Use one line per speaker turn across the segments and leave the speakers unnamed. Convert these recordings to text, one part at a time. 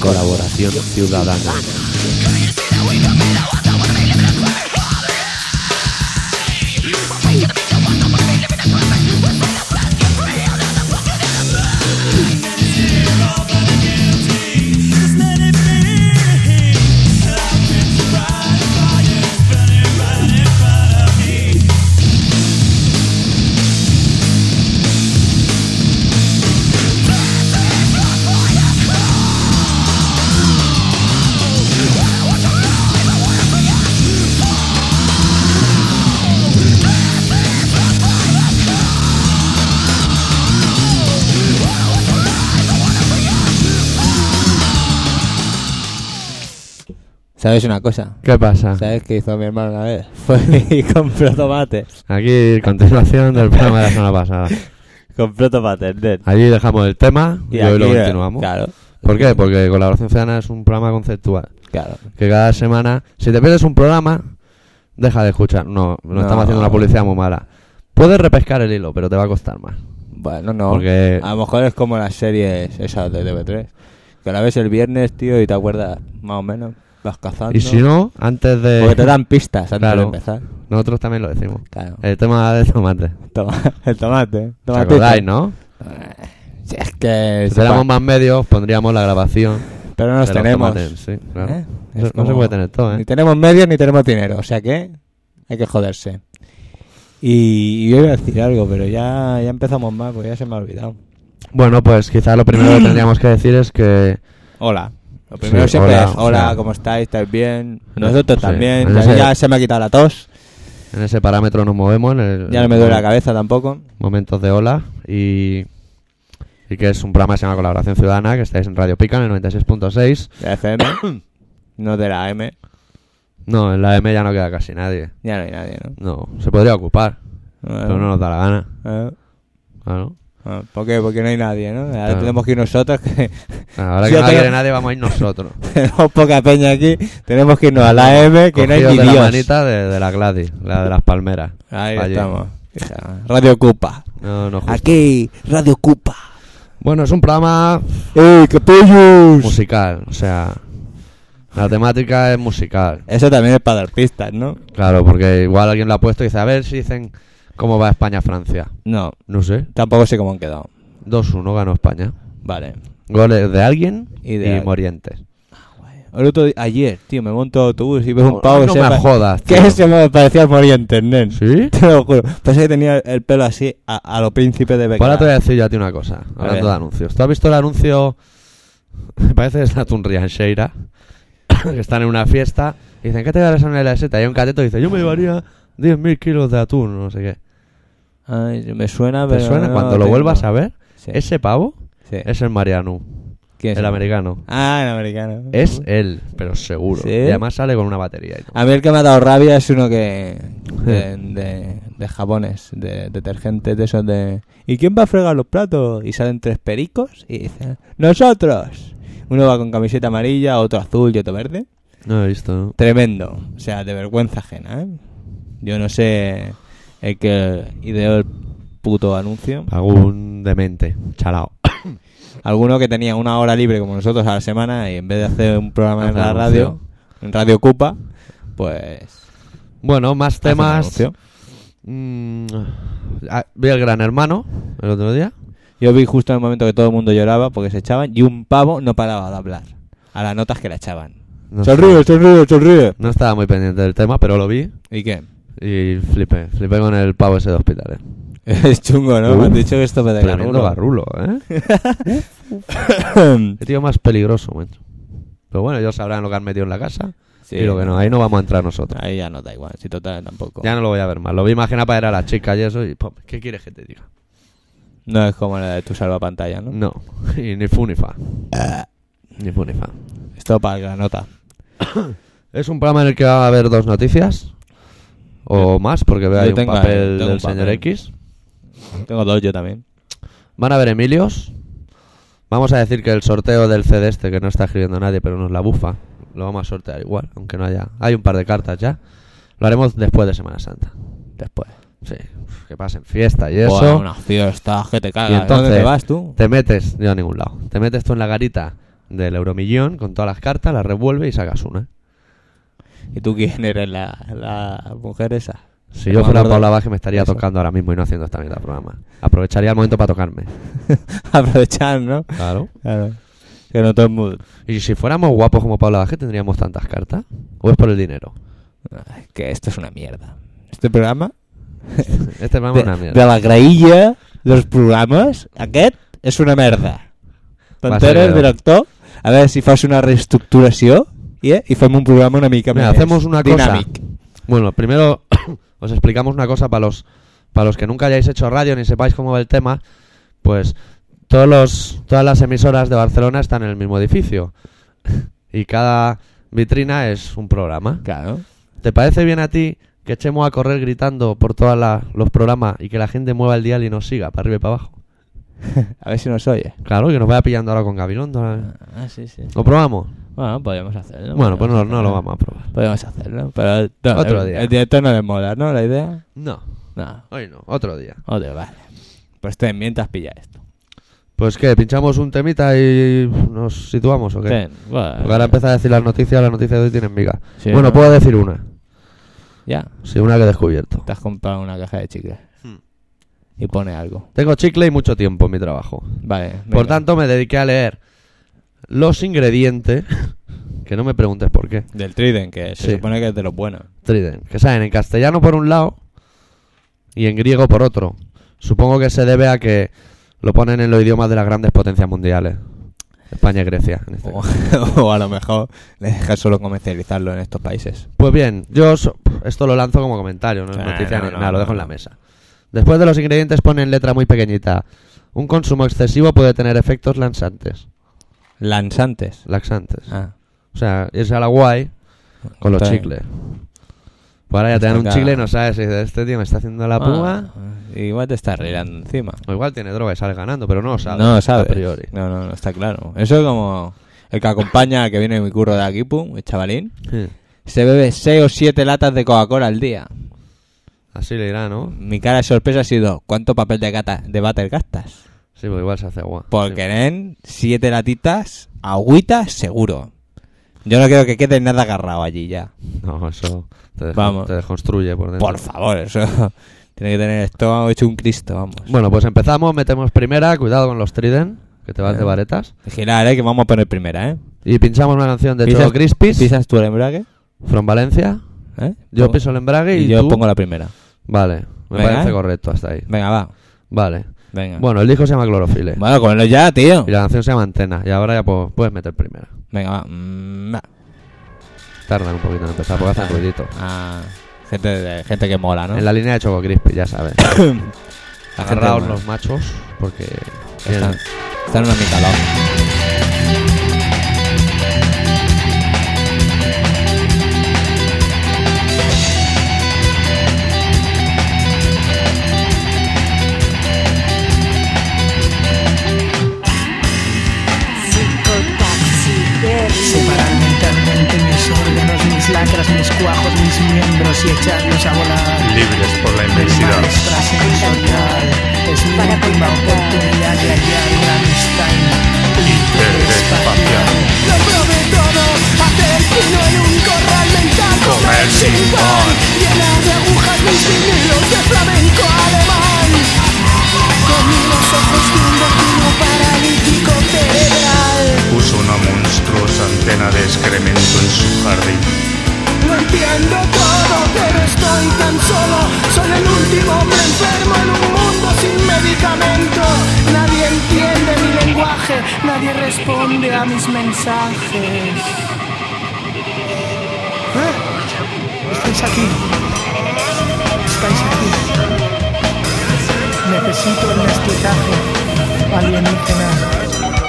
Colaboración ciudadana.
¿Sabes una cosa?
¿Qué pasa?
¿Sabes qué hizo mi hermano una vez? Fue y compró tomates.
Aquí, continuación del programa de la semana pasada.
Compró tomates, nen.
Allí dejamos el tema y, hoy lo
aquí, eh,
continuamos.
Claro,
¿Por qué? Porque Colaboración Ciudadana es un programa conceptual.
claro.
Que cada semana, si te pierdes un programa, deja de escuchar. No, no,
No.
estamos haciendo una publicidad muy mala. Puedes repescar el hilo, pero te va a costar más.
Bueno, no.
Porque
A lo mejor es como las series esas de TV3. Que la ves el viernes, tío, y te acuerdas más o menos. Vas cazando.
Y si no, antes de.
Porque te dan pistas antes
Claro.
de empezar.
Nosotros también lo decimos.
Claro.
El tema del tomate.
Toma- el tomate.
¿Os
tomate.
acordáis, no?
Si es que...
Si
se
tuviéramos
pa-
más medios, pondríamos la grabación.
Pero no los
de los
tenemos.
tomates, sí, claro.
¿Eh?
No-
Es
no se
como-
puede tener todo, ¿eh?
Ni tenemos medios ni tenemos dinero. O sea que hay que joderse. Y, y yo iba a decir algo, pero ya, ya empezamos mal, porque ya se me ha olvidado.
Bueno, pues quizás lo primero que tendríamos que decir es que
Hola. Lo primero
Sí,
siempre
hola,
es,
o
hola,
sea-
¿cómo estáis? ¿Estáis bien? Nosotros
Sí,
también.
en
Ya,
ese-
ya se me ha quitado la tos.
en ese parámetro nos movemos. En el-
Ya no me duele la cabeza tampoco.
Momentos de ola y, y que es un programa que se llama Colaboración Ciudadana, que estáis en Radio Pica en el 96.6.
De la FM. no de la M.
No, en la M ya no queda casi nadie.
Ya no hay nadie, ¿no?
No, se podría ocupar, pero
Ah.
no nos da la gana.
Eh,
Claro.
eh, ¿Por qué? Porque no hay nadie, ¿no? Ahora
Claro.
tenemos que ir nosotros, que
Ahora
Sí,
que no
yo te-
quiere nadie, vamos a ir nosotros.
tenemos poca peña aquí. Tenemos que irnos a la M, que no hay ni
Cogidos de la
Dios.
manita de, de la Gladys, la de las palmeras.
Ahí
Allí.
estamos. Hija, Radio Ocupa.
No, no justo.
Aquí, Radio Ocupa.
Bueno, es un programa
¡Ey, qué pillos!
musical, o sea, la temática es musical.
Eso también es para dar pistas, ¿no?
Claro, porque igual alguien lo ha puesto y dice, a ver si dicen cómo va España-Francia.
No,
No sé.
tampoco sé cómo han quedado.
2-1 ganó España.
Vale.
Goles de alguien
Y
y,
de-
Morientes.
El otro di- ayer, tío, me monto al autobús y veo un
No,
pavo
no
que
me
se pa-
jodas,
Que
tío.
se me parecía al Morientes, nen.
¿Sí?
Te lo juro. Pensé que tenía el pelo así a, a lo príncipe de Becker.
Ahora te voy a decir yo a ti una cosa,
ver.
hablando de anuncios. ¿Tú has visto el anuncio? Me parece que es la Tunrian Sheira. que están en una fiesta y dicen, ¿qué te llevarás en la LST? Y hay un cateto que dice, yo me llevaría 10.000 kilos de atún, no sé qué.
Ay, me suena,
¿Te
pero.
suena?
no
Cuando lo
tengo.
vuelvas a ver,
Sí,
¿Este? ese pavo
sí.
es el Mariano,
¿Quién es
el americano.
Ah, el americano.
Es él, pero seguro.
¿Sí?
Y además sale con una batería. Y todo.
A mí el que me ha dado rabia es uno que. de, de, de jabones, de detergentes, de esos de. ¿Y quién va a fregar los platos? Y salen tres pericos y dicen: ¡Nosotros! Uno va con camiseta amarilla, otro azul y otro verde.
No he visto, ¿no?
Tremendo. O sea, de vergüenza ajena, ¿eh? Yo no sé el que ideó el puto anuncio.
Algún demente, chalao.
Alguno que tenía una hora libre como nosotros a la semana y en vez de hacer un programa en
Hace
la radio,
anuncio.
en Radio Ocupa, pues...
Bueno, más
hace un
temas.
anuncio.
Mm, ah, vi el gran hermano el otro día.
Yo vi justo en el momento que todo el mundo lloraba porque se echaban y un pavo no paraba de hablar a las notas que le echaban.
No,
sonríe,
estaba,
sonríe, sonríe.
no estaba muy pendiente del tema, pero lo vi
¿Y qué?
y flipé. Flipé con el pavo ese de hospitales.
Es chungo, ¿no? Me han
Uf,
dicho que esto me da
Uh. Tremendo barrulo, ¿eh? El tío más peligroso, macho. Pero bueno, ellos sabrán lo que han metido en la casa.
Sí.
Y lo que no, ahí no vamos a entrar nosotros.
Ahí ya no da igual, si total tampoco.
Ya no lo voy a ver más. Lo vi más que nada para ir a las chicas y eso. Y, pop, ¿Qué quieres que te diga?
No es como la de tu salvapantalla, ¿no? Eh.
No. Y ni fu ni fa. Ni fu ni fa.
Esto para la nota.
Es un programa en el que va a haber dos noticias. O más, porque veo
Yo
ahí un
tengo-
papel
tengo
del
un papel.
señor X.
Tengo dos yo también.
Van a ver Emilios. Vamos a decir que el sorteo del CD este, que no está escribiendo nadie, pero nos la bufa, lo vamos a sortear igual, aunque no haya. Hay un par de cartas ya. Lo haremos después de Semana Santa.
Después.
Sí, que pasen fiesta y
Joder,
eso.
una fiesta que te
Y
cagas.
entonces
¿Dónde te vas tú?
Te metes, yo a ningún lado. Te metes tú en la garita del Euromillón con todas las cartas, las revuelves y sacas una.
¿Y tú quién eres la, la mujer esa?
Si yo fuera
Vamos a-
Paula Baje me estaría
Eso.
tocando ahora mismo y no haciendo esta mierda de programa. Aprovecharía el momento para tocarme.
Aprovechar, ¿no?
Claro.
Claro. Que no todo el mundo.
Y si fuéramos guapos como Paula Baje, ¿tendríamos tantas cartas? ¿O es por el dinero?
Ay, Que esto es una mierda. Este programa.
Este programa
de,
es una
de
mierda.
la grailla dels programes, aquest és una merda.
Va ser
T'enteres,
greu.
director? A veure si fas una reestructuració i, eh, i fem un programa una mica
Mira,
més
hacemos una cosa.
dinàmic.
Bueno, primero os explicamos una cosa para los, para los que nunca hayáis hecho radio ni sepáis cómo va el tema. Pues todos los, todas las emisoras de Barcelona están en el mismo edificio. Y cada vitrina es un programa.
Claro.
¿Te parece bien a ti que echemos a correr gritando por todos los programas y que la gente mueva el dial y nos siga para arriba y para abajo?
A ver si nos oye.
Claro, que nos vaya pillando ahora con Gabilondo. ¿eh?
Ah, sí, sí.
¿Lo probamos?
Bueno, podemos hacerlo.
Bueno, pues no, no lo vamos a probar.
Podemos hacerlo, pero no,
Otro
el,
día.
el director no le mola, ¿no? La idea.
No,
No.
hoy no, otro día.
Joder, vale. Pues te mientras pilla esto.
Pues que pinchamos un temita y nos situamos, ¿o qué?
Ten, bueno,
Porque ahora empieza a decir las noticias, las noticias de hoy tienen miga.
Sí,
bueno,
¿no?
puedo decir una.
Ya,
Sí, una que he descubierto.
te has comprado una caja de chicles.
Hmm.
Y pone algo.
Tengo chicle y mucho tiempo en mi trabajo.
Vale.
Por
venga.
tanto, me dediqué a leer los ingredientes, que no me preguntes por qué.
Del Trident, que se
Sí.
supone que es de los buenos.
Trident, que saben en castellano por un lado y en griego por otro. Supongo que se debe a que lo ponen en los idiomas de las grandes potencias mundiales. España y Grecia, en este
O, o a lo mejor les deja solo comercializarlo en estos países.
Pues bien, yo so- esto lo lanzo como comentario, no es
Ah,
noticia
no,
ni
no,
nada,
no,
lo dejo en
no.
la mesa. Después de los ingredientes ponen letra muy pequeñita. Un consumo excesivo puede tener efectos lanzantes,
Lanzantes.
laxantes.
Ah,
O sea, irse a la guay con los
Está bien.
chicles. Pues ahora ya te dan un
Está
chicle y no sabes si dices, este tío me está haciendo la púa.
Ah, igual te está arreglando encima.
O igual tiene droga y sale ganando, pero no lo sabes.
no lo
sabe
sabes.
A priori.
No, no, no está claro. Eso es como el que acompaña, que viene de mi curro de aquí, pum, el chavalín.
Sí.
Se bebe 6 o 7 latas de Coca-Cola al día.
Así le irá, ¿no?
Mi cara de sorpresa ha sido, ¿cuánto papel de, gata, de váter gastas?
Sí, pues igual se hace agua.
Por querer siete latitas, agüita seguro. Yo no creo que quede nada agarrado allí ya.
No, eso te, des-
Vamos.
te desconstruye por dentro.
Por favor, eso tiene que tener el estómago hecho un Cristo, vamos.
Bueno, pues empezamos, metemos primera, cuidado con los Trident, que te vas de
Eh.
varetas.
Vigilar, eh, que vamos a poner primera, eh.
Y pinchamos una canción de Cholo Crispis,
¿Pisas tú el embrague?
from Valencia.
¿Eh?
Yo
Pongo-
piso el embrague y,
y yo
tú-
pongo la primera.
Vale, me
Venga.
parece correcto hasta ahí.
Venga, va.
Vale.
Venga.
Bueno, el disco se llama Clorofile.
Bueno, cógelo ya, tío.
Y la canción se llama Antena. Y ahora ya po- puedes meter primera.
Venga, va. Mm, va.
Tardan un poquito en empezar porque hacen ruidito.
Ah, gente, de- gente que mola, ¿no?
En la línea de Choco Crispy, ya sabes.
La gente
Agarraos
mola.
los machos porque...
Están,
tienen-
están una mitad locos.
Separar mentalmente mis órganos, mis lacras, mis cuajos, mis miembros y echarlos a volar.
libres por la inmensidad.
Tras el soltar, es mi última oportunidad de hallar una amistad
Interespacial.
Lo probé todo, hacer pino en un corral mental,
Comer sin pan.
llenar de agujas mis vinilos de flamenco alemán. Con los ojos de un vecino paralítico cerebral.
Puso una monstruosa antena de excremento en su jardín.
Lo entiendo todo, pero estoy tan solo. Soy el último hombre enfermo en un mundo sin medicamento. Nadie entiende mi lenguaje, nadie responde a mis mensajes. ¿Eh? Estáis aquí. Estáis aquí. Necesito el mestizaje alienígena.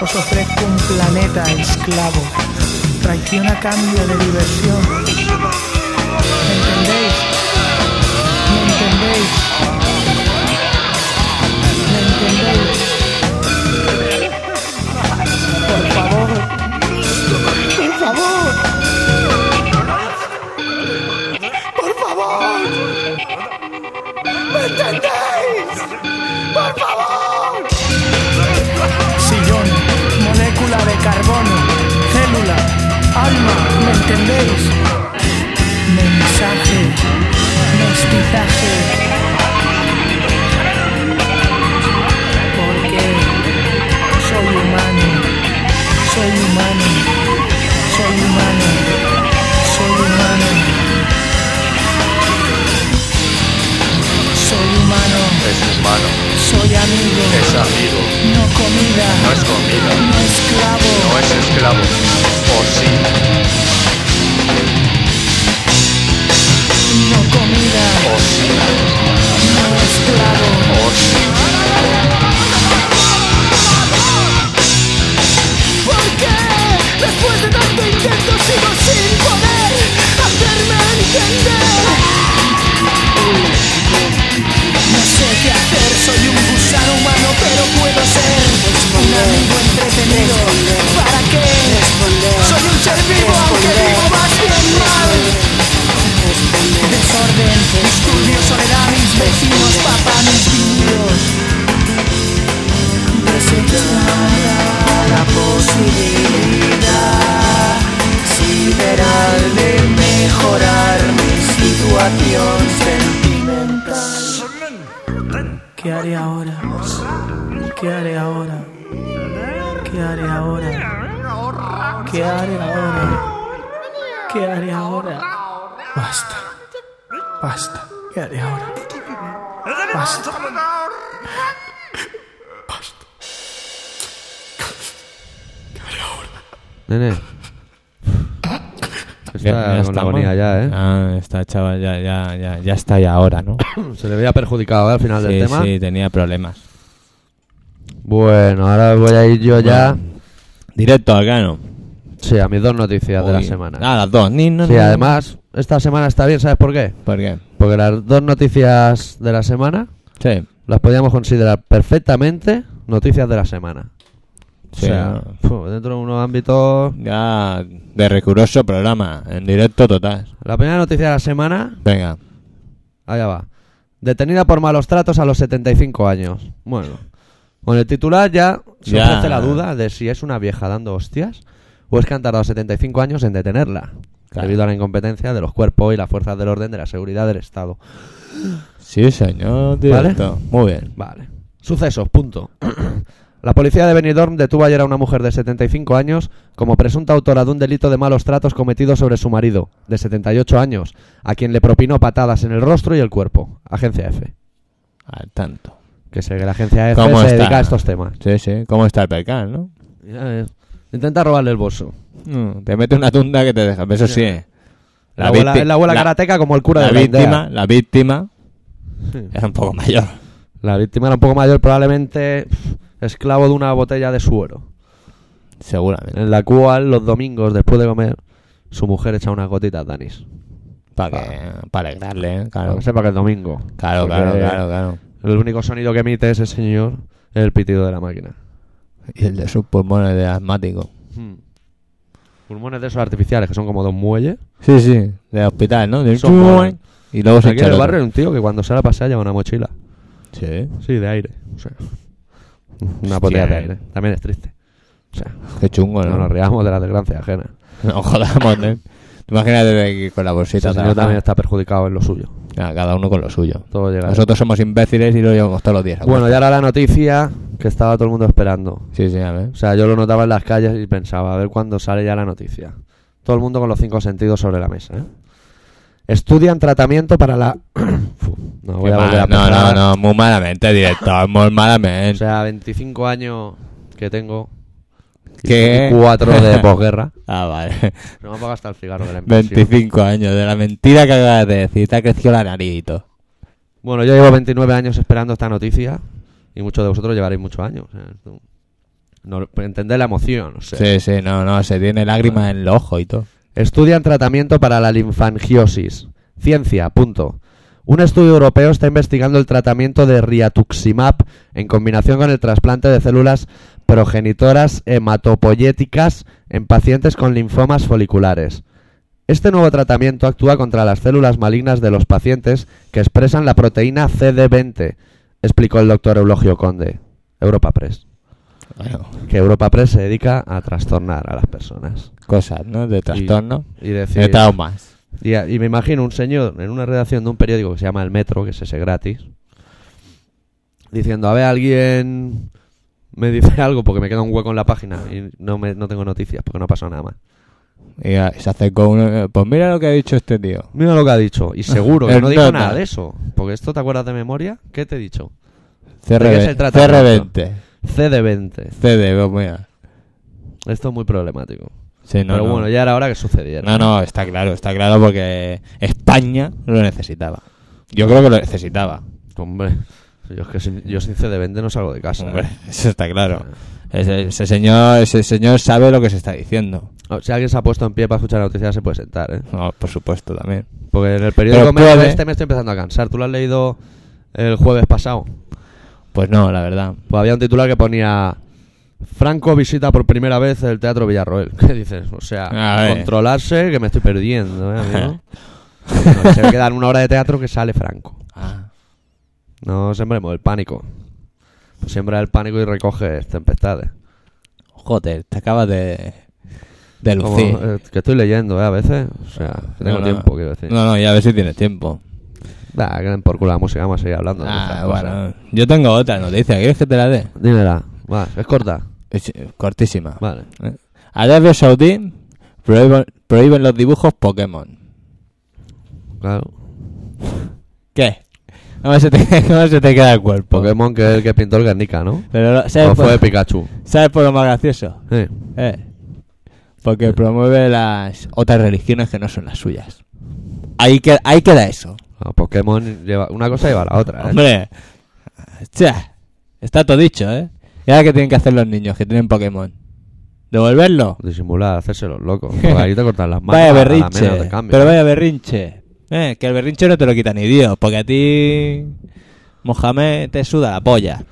Os ofrezco un planeta esclavo. Traición a cambio de diversión. ¿Me entendéis? ¿Me entendéis? ¿Me entendéis? Por favor. Por favor. Por favor. ¿Me entendéis? Por favor. Sillón, molécula de carbono, célula, alma, ¿me entendéis? Mensaje, mestizaje. Porque soy humano, soy humano, soy humano, soy humano. Soy humano,
Es humano,
soy amigo,
es amigo,
no comida,
no es comida,
no esclavo.
no es esclavo. O sí,
No comida,
o sí,
no esclavo,
o sí.
¿Por qué? Después de tanto intento sigo sin poder hacerme entender
no sé qué hacer, soy un gusano humano, pero puedo ser un amigo entretenido. ¿Para qué? Soy un ser vivo, aunque vivo más bien mal. Desorden, estudio, soledad, mis vecinos, papá, mis vinilos. Desechada la posibilidad sideral de mejorar mi situación sentimental. ¿Qué haré ahora? ¿Qué haré ahora? ¿Qué haré ahora? ¿Qué haré ahora? ¿Qué haré ahora? Basta. Basta. ¿Qué haré ahora? Basta.
Nene. Está con la
estamos.
agonía ya, ¿eh?
Ah, está chaval, ya, ya, ya, ya está ya ahora, ¿no?
Se le veía perjudicado ¿eh? al final
sí,
del tema.
sí, tenía problemas.
Bueno, ahora voy a ir yo ya.
Directo al grano.
Sí, a mis dos noticias de la
Uy.
semana.
Ah, las dos. Ni, no,
sí,
ni-
además, esta semana está bien, ¿sabes por qué?
¿Por qué?
Porque las dos noticias de la semana
Sí.
las podíamos considerar perfectamente noticias de la semana.
sí,
o sea,
no.
fu, dentro de unos ámbitos.
Ya de recurso programa, en directo total.
La primera noticia de la semana,
Venga.
allá va. Detenida por malos tratos a los 75 años. Bueno, con el titular ya se
Ya.
ofrece la duda de si es una vieja dando hostias o es que han tardado 75 años en detenerla.
Claro.
Debido a la incompetencia de los cuerpos y las fuerzas del orden de la seguridad del Estado.
Sí, señor, directo. Muy bien.
Vale. Sucesos, punto. La policía de Benidorm detuvo ayer a una mujer de 75 años como presunta autora de un delito de malos tratos cometido sobre su marido, de 78 años, a quien le propinó patadas en el rostro y el cuerpo. Agencia F.
Al tanto.
Que sé que la agencia F se
¿Cómo está?
dedica a estos temas.
Sí, sí. ¿Cómo está el percal, no?
Ya ves. Intenta robarle el bolso.
Mm, te mete una tunda que te deja. Eso sí. eh.
La, abuela,
víctima-
es la abuela karateca como el cura
la
de la
víctima, la víctima era un poco mayor.
La víctima era un poco mayor, probablemente pf, esclavo de una botella de suero.
Seguramente.
En la cual los domingos, después de comer, su mujer echa unas gotitas de anís.
Para que, para alegrarle, ¿eh?
Para
claro.
que sepa que es domingo.
Claro,
Porque
claro, claro, claro.
El único sonido que emite ese señor es el pitido de la máquina.
Y el de sus pulmones de asmático.
Hmm. Pulmones de esos artificiales que son como dos muelles.
Sí, sí. De hospital, ¿no? De-
Son buenos.
y luego se
Aquí
echa
en
el
el
otro.
barrio hay un tío que cuando sale a pasear lleva una mochila.
Sí.
Sí, de aire. O sea, una botella de aire. También es triste. O sea,
Qué chungo, eh. ¿no?
no nos riamos de la desgracia ajena.
No jodamos, ¿eh? Tú Imagínate de que con la bolsita.
Ese señor
trabajando.
también está perjudicado en lo suyo.
Ah, cada uno con lo suyo.
Todo llega.
Nosotros somos imbéciles y lo llevamos todos los días. ¿a
Bueno,
cuenta?
y ahora la noticia que estaba todo el mundo esperando.
Sí, sí, a ver.
O sea, yo lo notaba en las calles y pensaba, a ver cuándo sale ya la noticia. Todo el mundo con los cinco sentidos sobre la mesa. ¿eh? Estudian tratamiento para la... Fu, no, voy a
Qué
volver a
mal. no, no,
empezar.
no, muy malamente, director, muy
O
malamente.
sea, 25 años que tengo
¿Qué?
4 de posguerra.
Ah, vale.
No me apaga hasta el cigarro de la impresión.
25 años de la mentira que acabas de decir. Te ha crecido la nariz y todo.
Bueno, yo llevo 29 años esperando esta noticia y muchos de vosotros llevaréis muchos años. ¿eh? Tú- No, pero entended la emoción. o sea.
Sí, sí, no, no. Se tiene lágrimas en el ojo y todo.
Estudian tratamiento para la linfangiosis. Ciencia, punto. Un estudio europeo está investigando el tratamiento de riatuximab en combinación con el trasplante de células progenitoras hematopoyéticas en pacientes con linfomas foliculares. Este nuevo tratamiento actúa contra las células malignas de los pacientes que expresan la proteína CD20, explicó el doctor Eulogio Conde, Europa Press.
Bueno,
Que Europa Press se dedica a trastornar a las personas.
cosas, ¿no? De trastorno.
Y decir,
De traumas.
y, a- y me imagino un señor en una redacción de un periódico que se llama El Metro, que es ese gratis, diciendo, a ver, alguien me dice algo porque me queda un hueco en la página y no, me, no tengo noticias porque no ha pasado nada más.
Y ah, se acercó uno. eh, Pues mira lo que ha dicho este tío.
Mira lo que ha dicho. Y seguro que
El
no dijo
nota.
nada de eso. Porque esto te acuerdas de memoria. ¿Qué te he dicho? ¿De qué es
CR20.
el tratamiento?
CR20.
CD20.
CD, pues mira.
Esto es muy problemático.
Sí, no,
Pero
no.
bueno, ya era hora que sucediera.
No, no, está claro, está claro porque España lo necesitaba. Yo creo que lo necesitaba.
Hombre, yo, es que sin, yo sin CD20 no salgo de casa. ¿eh?
Hombre, eso está claro. Ese, ese señor, ese señor sabe lo que se está diciendo.
O- ¿eh? Si alguien se ha puesto en pie para escuchar la noticia, se puede sentar, ¿eh?
No, por supuesto, también.
Porque en el periódico
Pero
medio
puede.
este me estoy empezando a cansar. Tú lo has leído el jueves pasado.
Pues no, la verdad.
Pues había un titular que ponía Franco visita por primera vez el Teatro Villarroel. ¿Qué dices? O
A
sea,
ver.
controlarse que me estoy perdiendo, ¿eh, amigo? No, se quedan una hora de teatro que sale Franco.
Ah,
No sembremos el pánico. Pues siembra el pánico y recoge tempestades.
joder, te acabas de, de
Como,
lucir.
eh, que estoy leyendo, ¿eh? A veces. O sea, que tengo
No, no.
tiempo, quiero decir.
No, no, ya a ver si tienes tiempo.
Da, que den por culo la música, vamos a seguir hablando. de
Ah,
otras cosas.
bueno. Yo tengo otra noticia, ¿quieres que te la dé?
Dímela. Va, es corta.
Es eh, cortísima.
Vale.
Arabia Saudí prohíben, prohíben los dibujos Pokémon.
Claro.
¿Qué? ¿Cómo se te, cómo se te queda el cuerpo?
Pokémon que es el que pintó el Guernica, ¿no?
Pero lo- ¿sabes,
O
por,
fue Pikachu.
sabes por lo más gracioso?
Sí.
Eh,
Eh.
porque promueve las otras religiones que no son las suyas. Ahí, que, ahí queda eso.
Ah, Pokémon lleva una cosa lleva a la otra. ¿eh?
Hombre. Cha, está todo dicho, ¿eh? ¿Y ahora qué tienen que hacer los niños que tienen Pokémon? ¿Devolverlo?
Disimular, hacerse los locos. Porque ahí te cortan las manos.
Vaya
a la mena
berrinche.
te cambian.
Pero vaya berrinche. Eh, que el berrinche no te lo quita ni Dios. Porque a ti, Mohamed, te suda la polla.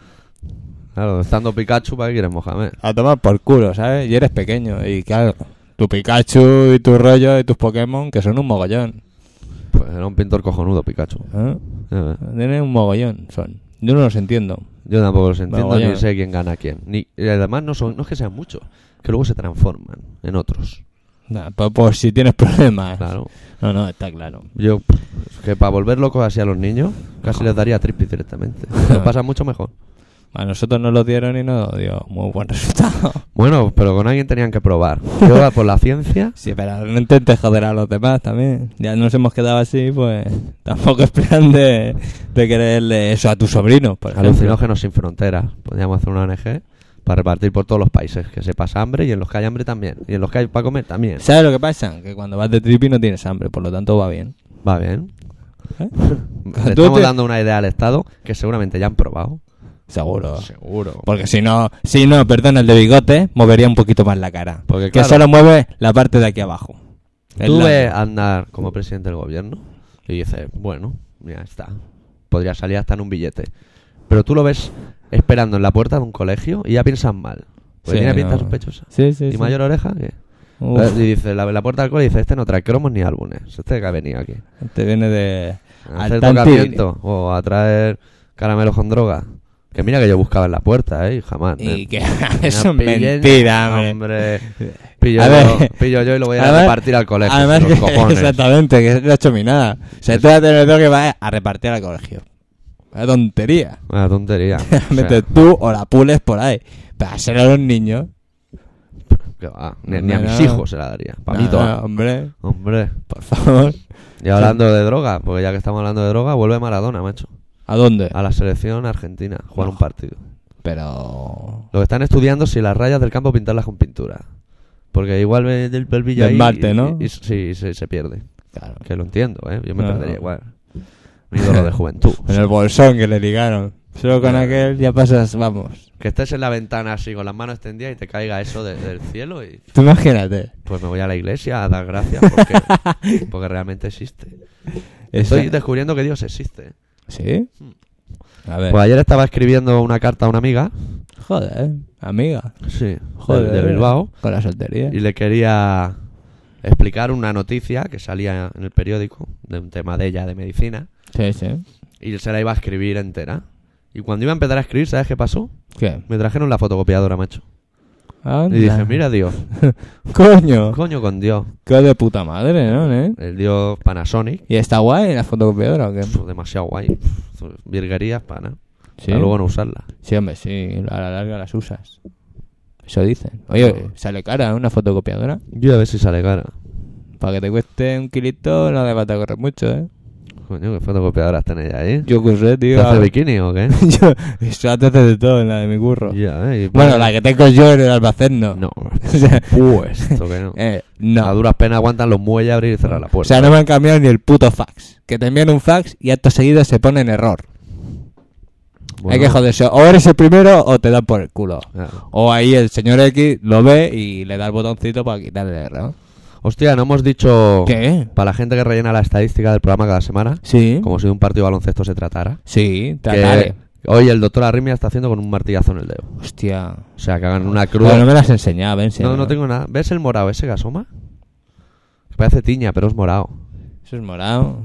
Claro, estando Pikachu, ¿para qué quieres Mohamed?
a tomar por culo, ¿sabes? Y eres pequeño y claro, tu Pikachu y tu rollo y tus Pokémon que son un mogollón.
Pues era un pintor cojonudo, Pikachu.
¿eh?
Eh,
Tienen un mogollón, son. Yo no los entiendo.
Yo tampoco los entiendo
Vamos,
ni
ya.
sé quién gana a quién. Ni, y además no, son, no es que sean muchos, que luego se transforman en otros.
Nah, por, por si tienes problemas.
Claro.
No, no, está claro.
Yo, es que para volver locos así a los niños, casi les daría tripis directamente. Lo pasan mucho mejor.
A nosotros nos los dieron y no dio muy buen resultado.
Bueno, pero con alguien tenían que probar. Yo por la ciencia
Sí, pero no intentes joder a los demás también. Ya nos hemos quedado así, pues tampoco esperan de, de quererle eso a tu sobrino, por ejemplo.
Alucinógenos sin fronteras. Podríamos hacer una ONG para repartir por todos los países. Que se pasa hambre y en los que hay hambre también. Y en los que hay para comer también.
¿Sabes lo que pasa? Que cuando vas de tripi no tienes hambre, por lo tanto va bien.
Va bien.
¿Eh?
Le
Tú
estamos
te-
dando una idea al Estado que seguramente ya han probado.
Seguro.
Seguro.
Porque si no, si no, perdón, el de bigote movería un poquito más la cara.
Porque,
que
claro.
solo mueve la parte de aquí abajo. El
Tú
labio.
ves andar como presidente del gobierno y dices, bueno, ya está. Podría salir hasta en un billete. Pero tú lo ves esperando en la puerta de un colegio y ya piensan mal. Porque
Sí,
tiene pinta
no.
sospechosa.
Sí, sí,
¿Y
sí.
mayor Eh, oreja? ¿Qué?
Uf,
Y dice, la, la puerta del colegio dice, este no trae cromos ni álbumes. Este que ha venido aquí.
te viene de...
A
al
hacer
tanti-
tocamiento o a traer caramelos con droga. Que mira que yo buscaba en la puerta, ¿eh? Y jamás.
Y
¿eh?
que
Me
eso es
pillen-
mentira, hombre.
hombre. Pillo,
A
yo,
ver.
pillo yo y lo voy a
Además-
repartir al colegio.
Además,
los
que-
cojones.
exactamente, que no ha hecho mi nada. Se trata de lo que va a repartir al colegio. Una tontería.
Una tontería. O sea,
Realmente tú o la pules por ahí. Pero hacerlo a los niños.
que va, Ni, ni a
No,
mis
no.
hijos se la daría. Pa' mí
No,
toda.
no, hombre,
Hombre.
por favor.
Y hablando de droga, porque ya que estamos hablando de droga, vuelve Maradona, macho.
¿A dónde?
A la selección argentina, a jugar un partido.
pero...
Lo que están estudiando si las rayas del campo pintarlas con pintura. Porque igual ve el pelvillo
Del
ahí
Marte,
y-
¿no?
y- y- sí, y se, se pierde.
Claro.
Que lo entiendo, ¿eh? Yo me
No,
perdería
no.
igual. Mi ídolo de juventud.
En el bolsón que le ligaron. Solo con
Claro.
aquel ya pasas, vamos.
Que estés en la ventana así con las manos extendidas y te caiga eso de- del cielo y...
Tú imagínate.
Pues me voy a la iglesia a dar gracias porque, porque realmente existe.
Esa-
Estoy descubriendo que Dios existe.
¿Sí? A ver.
Pues ayer estaba escribiendo una carta a una amiga.
Joder, amiga.
Sí,
Joder.
de Bilbao.
Con la soltería.
y le quería explicar una noticia que salía en el periódico de un tema de ella de medicina
Sí, sí.
y se la iba a escribir entera. Y cuando iba a empezar a escribir, ¿sabes qué pasó?
¿Qué?
Me trajeron la fotocopiadora, macho.
Anda.
Y dije, mira Dios,
Coño.
coño con Dios.
Qué de puta madre, ¿no, eh?
El Dios Panasonic,
¿Y está guay la fotocopiadora o qué?
pf, demasiado guay. pf, Virguerías pana. Para luego no usarla.
Sí, hombre, sí. A la larga las usas. Eso dicen. Oye, sale cara ¿eh? una fotocopiadora.
Yo a ver si sale cara.
Para que te cueste un kilito no le va a correr mucho, ¿eh?
Coño, qué fotocopiadoras tenéis ahí.
Yo curré,
¿Te
tío.
hace
a-
bikini o qué?
yo, eso antes de todo en la de mi curro.
Ya, eh, y-
Bueno, la que tengo yo en el Albacén no.
No,
O sea,
pues, esto que no.
eh,
A
no.
duras penas aguantan los muelles, abrir y cerrar la
O
puerta.
sea, no me han cambiado ni el puto fax. Que te envían un fax y acto seguido se pone en error. Hay
Bueno, Ah.
que joderse. O eres el primero o te dan por el culo.
claro.
O ahí el señor X lo ve y le da el botoncito para quitarle el error.
Hostia, no hemos dicho
¿Qué?
para la gente que rellena la estadística del programa cada semana,
Sí.
como si de un partido de baloncesto se tratara.
Sí,
que
tratale.
hoy el doctor Arrimia está haciendo con un martillazo en el dedo.
Hostia.
O sea, que hagan una cruz.
Bueno, no me las enseñaba, ven,
no,
señor.
no tengo nada. ¿Ves el morado ese que asoma? Que Parece tiña, pero es morado.
Eso es morado.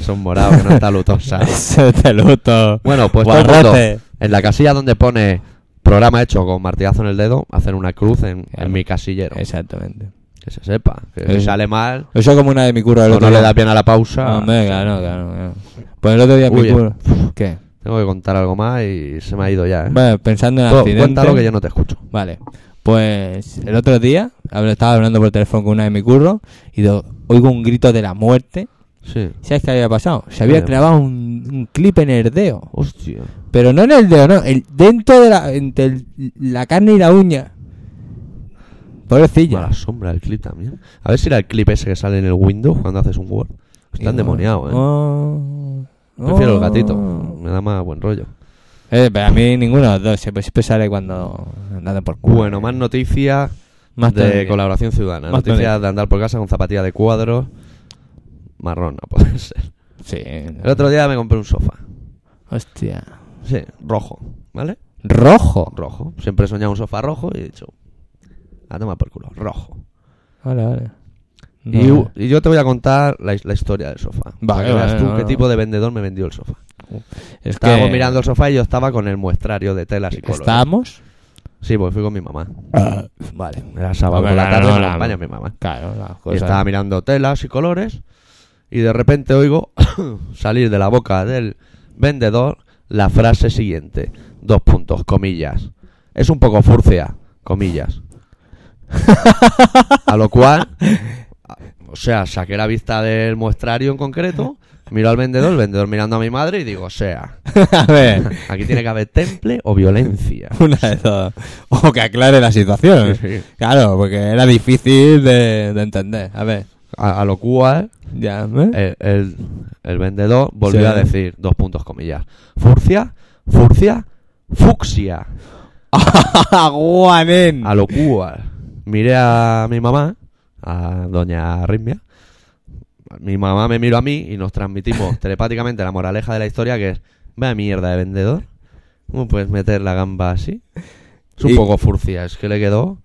Son morados, que no está lutosa.
Eso es de luto.
Bueno, pues todo el mundo,
Guarrote.
en la casilla donde pone programa hecho con martillazo en el dedo, hacen una cruz en, en
Claro.
mi casillero.
Exactamente.
Que se sepa. Que
Sí.
si sale mal,
Eso como una de mi curro del
o
otro
no le
día.
das bien a la pausa.
Hombre, claro, claro, claro. Pues el otro día
Huye.
mi curro... ¿Qué?
Tengo que contar algo más y se me ha ido ya. ¿eh?
Bueno, pensando en
Cu-
accidente...
cuéntalo que yo no te escucho.
Vale. Pues el otro día habl- estaba hablando por teléfono con una de mi curro y do- oigo un grito de la muerte.
Sí.
¿Sabes qué había pasado? Se había
Sí.
clavado un, un clip en el dedo.
Hostia.
Pero no en el dedo, no. El, dentro de la, entre el- la carne y la uña. Pobrecilla.
A la sombra el clip también. A ver si era el clip ese que sale en el Windows cuando haces un Word. Está endemoniado, ¿eh?
Oh, oh.
Prefiero el gatito. Me da más buen rollo.
Eh, pero a mí ninguno de los dos. Siempre, siempre sale cuando andan por culo.
Bueno, más noticias
Más
de
tontería.
colaboración ciudadana.
Más
noticias
tontería.
de andar por casa con zapatillas de cuadro. Marrón, no puede ser.
Sí.
El otro día me compré un sofá.
Hostia.
Sí, rojo. ¿Vale?
Rojo.
Rojo. Siempre he soñado un sofá rojo y he dicho... A tomar por culo. Rojo.
Vale, vale.
Y, u- y yo te voy a contar la, his- la historia del sofá.
Vale,
para que veas
vale,
tú
vale,
qué
vale.
tipo de vendedor me vendió el sofá.
es
Estábamos mirando el sofá y yo estaba con el muestrario de telas y colores.
¿Estábamos?
Sí, pues fui con mi mamá.
vale.
Era sábado
Hombre,
por la
claro,
tarde,
no,
me
la-
acompaña mi mamá.
Claro, las
Y
cosas.
estaba mirando telas y colores y de repente oigo salir de la boca del vendedor la frase siguiente. Dos puntos, comillas. Es un poco furcia, comillas. A lo cual, a- o sea, saqué la vista del muestrario en concreto, miro al vendedor, el vendedor mirando a mi madre y digo, o sea,
a ver,
aquí tiene que haber temple o violencia.
una de dos. O que aclare la situación.
Sí, sí.
Claro, porque era difícil de, de entender. A ver,
A, a lo cual
ya. ¿eh?
el, el- el vendedor volvió
Sí.
a decir, dos puntos comillas, furcia, furcia, fucsia.
Guanen.
A lo cual miré a mi mamá, a doña Ritmia. Mi mamá me miró a mí y nos transmitimos telepáticamente la moraleja de la historia que es, vaya mierda de vendedor. ¿Cómo puedes meter la gamba así? Es un
Y-
poco furcia, es que le quedó.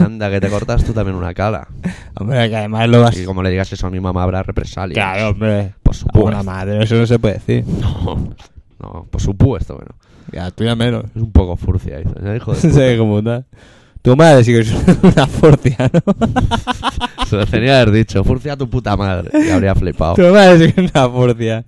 Anda, que te cortas tú también una cala.
Hombre, que además lo vas.
Y como le digas eso a mi mamá habrá represalias.
Claro, hombre.
Por
A
supuesto.
una madre, eso no se puede decir.
No, no, por supuesto que no.
Ya, tú ya menos.
Es un poco furcia, dice, ¿eh, hijo de
Sí,
puta?
como tal. Tu madre sí que es una fortia, ¿no?
Se lo tenía que haber dicho, furcia a tu puta madre. Y habría flipado.
Tu madre sí que es una fortia.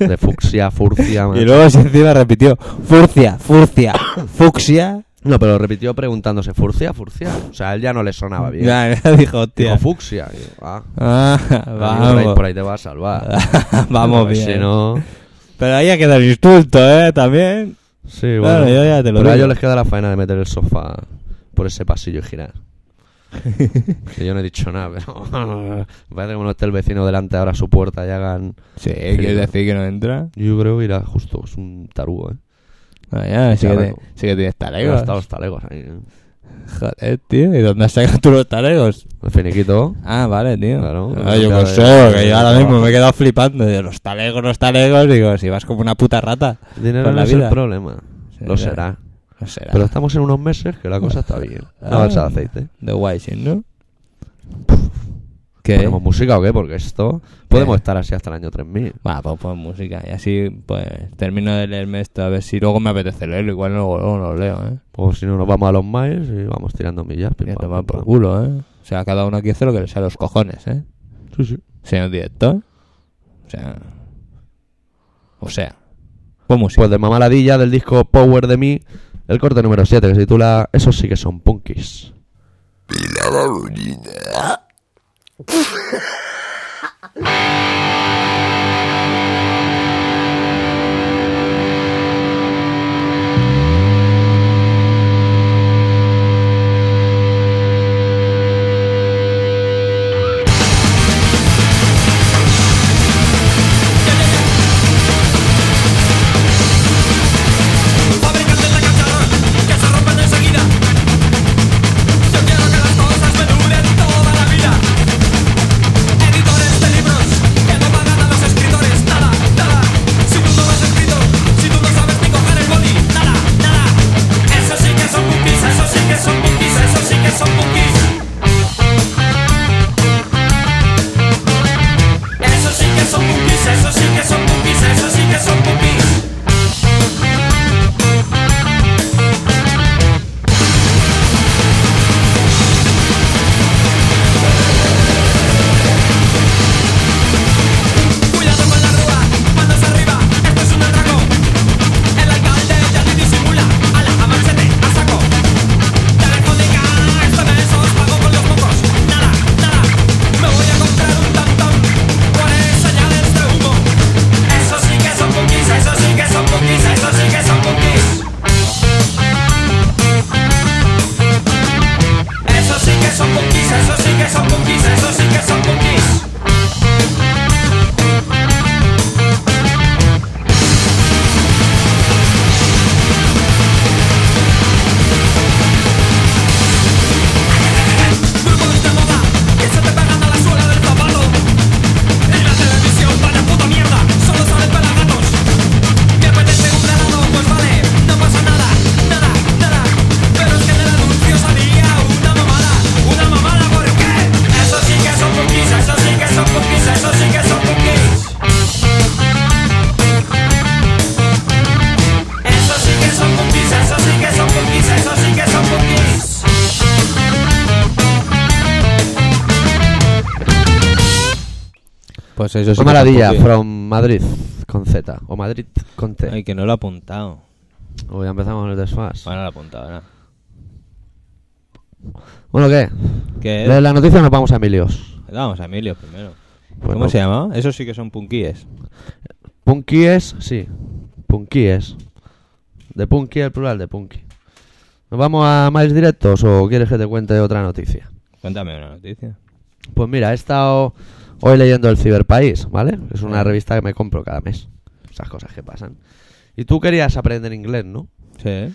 De fucsia, furcia, macho.
Y luego si encima repitió, furcia, furcia, fucsia.
No, pero repitió preguntándose, furcia, furcia. O sea, a él ya no le sonaba bien.
Ya, ya dijo,
Dijo
hostia.
fucsia. Y yo, ah,
Ah,
amigo, por ahí-
vamos.
por ahí te vas a salvar.
Vamos
Porque
bien.
Si no,
Pero ahí ha quedado el insulto, ¿eh? También.
Sí,
Claro,
bueno.
yo ya te lo
Pero a
digo.
ellos les queda la faena de meter el sofá por ese pasillo y girar. que yo no he dicho nada, pero. Parece como no esté el vecino delante ahora a su puerta y hagan.
Sí, quiere decir que no entra.
Yo creo que irá justo, es un tarugo, ¿eh?
Ah, ya, sí, que te,
Charraco.
sí que tienes
Ahí
talegos.
están los talegos ahí. ¿eh?
Joder, tío, ¿y dónde has sacado tú los talegos?
El finiquito.
Ah, vale, tío.
Claro.
Ah, yo
Claro,
qué
claro,
sé, que yo
claro.
ahora mismo me he quedado flipando. Digo, los talegos, los talegos. Digo, si vas como una puta rata.
Dinero
Por
no
la
es
vida.
el problema.
Sí,
Lo
ya.
será.
No será.
Pero estamos en unos meses que la cosa está bien. Una
Ah.
balsa de aceite.
De Washington, ¿no? ¿Qué?
¿Ponemos música o qué? Porque esto. Podemos estar así hasta el año 3000.
Va, pues pon música. Y así, pues, termino de leerme esto. A ver si luego me apetece leerlo. Igual luego, luego lo leo, ¿eh?
O si no, nos vamos a los miles y vamos tirando millas. pim,
Y a
pam,
tomar
pim, pam.
por culo, ¿eh? O sea, cada uno aquí hace lo que le sale a los cojones, ¿eh?
Sí, sí.
Señor director. O sea... O sea... Pon música.
Pues de mamaladilla del disco Power de mí, el corte número 7 que se titula Esos sí que son punkis.
Fabricantes de cacharros que se rompen enseguida Yo quiero que las cosas me duren toda la vida Editores de libros que no pagan a los escritores Nada, nada, si tú no has escrito Si tú no sabes ni coger el boli Nada, nada Eso sí que son bookies, eso sí que son bookies Eso sí que son bookies Eso sí que son bookies, eso sí que son bookies Eso sí que son bookies Cuidado con la rúa, manos arriba, esto es un atraco El alcalde ya te disimula, ala, amanchete, a saco Telefónica, esto de esos, pago con los mocos Nada, nada, me voy a comprar un tantón Pones señales de humo Eso sí que son cookies, eso sí que son cookies, eso sí que son cookies Eso sí que son cookies, eso sí que son cookies, eso sí que son cookies Grupos de moda que se te pegan a la suela del zapato En la televisión vaya puta mierda, solo salen pelagatos Me apetece un granado, pues vale, no pasa nada, nada, nada Pero es que del anuncio salía una mamada, una mamada ¿por qué? Eso sí que son cookies, eso sí que son cookies, eso sí que son cookies Eso sí que son cookies, eso sí que son cookies, eso sí que son cookies
Pues eso sí que
Mamaladilla,
son cookies.
from Madrid con Z. O Madrid con T.
Ay, que no lo he apuntado.
Uy, ya empezamos el desfaz.
Bueno, lo he apuntado, ahora.
Bueno, ¿qué?
¿Qué?
¿Lees la noticia o nos vamos a Emilios?
Vamos a Emilio primero.
Pues
¿Cómo
no.
se llama? Esos sí que son punkies.
Punkíes, sí. Punkíes. De punky el plural de punky. ¿Nos vamos a más directos o quieres que te cuente otra noticia?
Cuéntame una noticia.
Pues mira, he estado hoy leyendo El Ciberpaís, ¿vale? Es una revista que me compro cada mes. Esas cosas que pasan. Y tú querías aprender inglés, ¿no?
Sí.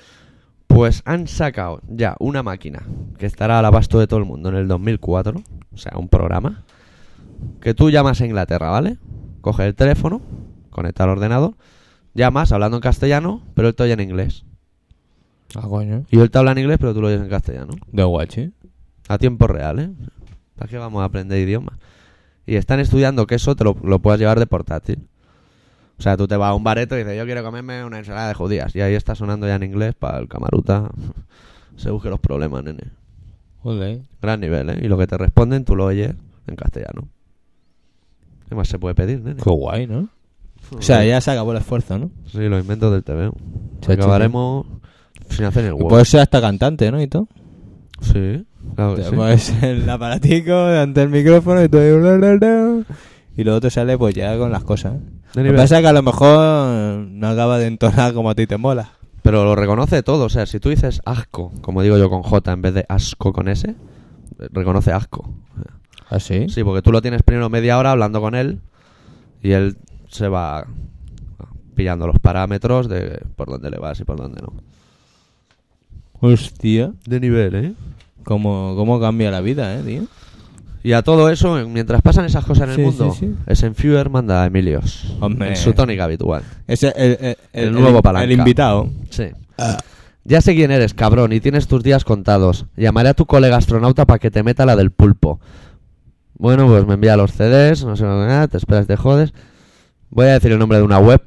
Pues han sacado ya una máquina que estará al abasto de todo el mundo en el 2004, o sea, un programa, que tú llamas a Inglaterra, ¿vale? Coge el teléfono, conecta al ordenador, llamas hablando en castellano, pero él te oye en inglés.
Ah, coño.
Y él te habla en inglés, pero tú lo oyes en castellano.
De guachi.
A tiempo real, ¿eh? ¿Para qué vamos a aprender idiomas? Y están estudiando que eso te lo, lo puedas llevar de portátil. O sea, tú te vas a un bareto y dices, yo quiero comerme una ensalada de judías. Y ahí está sonando ya en inglés para el camaruta. Se busque los problemas, nene.
Joder.
Gran nivel, ¿eh? Y lo que te responden tú lo oyes en castellano. ¿Qué más se puede pedir, nene?
Qué guay, ¿no? O sea, ya se acabó el esfuerzo, ¿no?
Sí, los inventos del TV.
Chachi,
Acabaremos sin hacer el
Y
huevo.
puede ser hasta cantante, ¿no? Y todo.
Sí, claro que sí.
Pues el aparatico ante el micrófono y todo. Y luego te sale pues ya con las cosas.
De
Lo que
nivel.
pasa es que a lo mejor no acaba de entonar como a ti te mola.
Pero lo reconoce todo. O sea, si tú dices asco, como digo yo con J en vez de asco con S, eh, reconoce asco.
¿Ah, sí?
Sí, porque tú lo tienes primero media hora hablando con él y él se va pillando los parámetros de por dónde le vas y por dónde no.
Hostia.
De nivel, ¿eh?
¿Cómo, cómo cambia la vida, eh, tío?
Y a todo eso, mientras pasan esas cosas en el
Sí,
mundo,
sí, sí.
Eisenfuer manda a Emilios.
Hombre.
En su tónica habitual.
Ese, el, el,
El nuevo palanca.
El invitado.
Sí. Ya sé quién eres, cabrón, y tienes tus días contados. Llamaré a tu colega astronauta para que te meta la del pulpo. Bueno, pues me envía los CDs, no sé nada, te esperas, te jodes. Voy a decir el nombre de una web,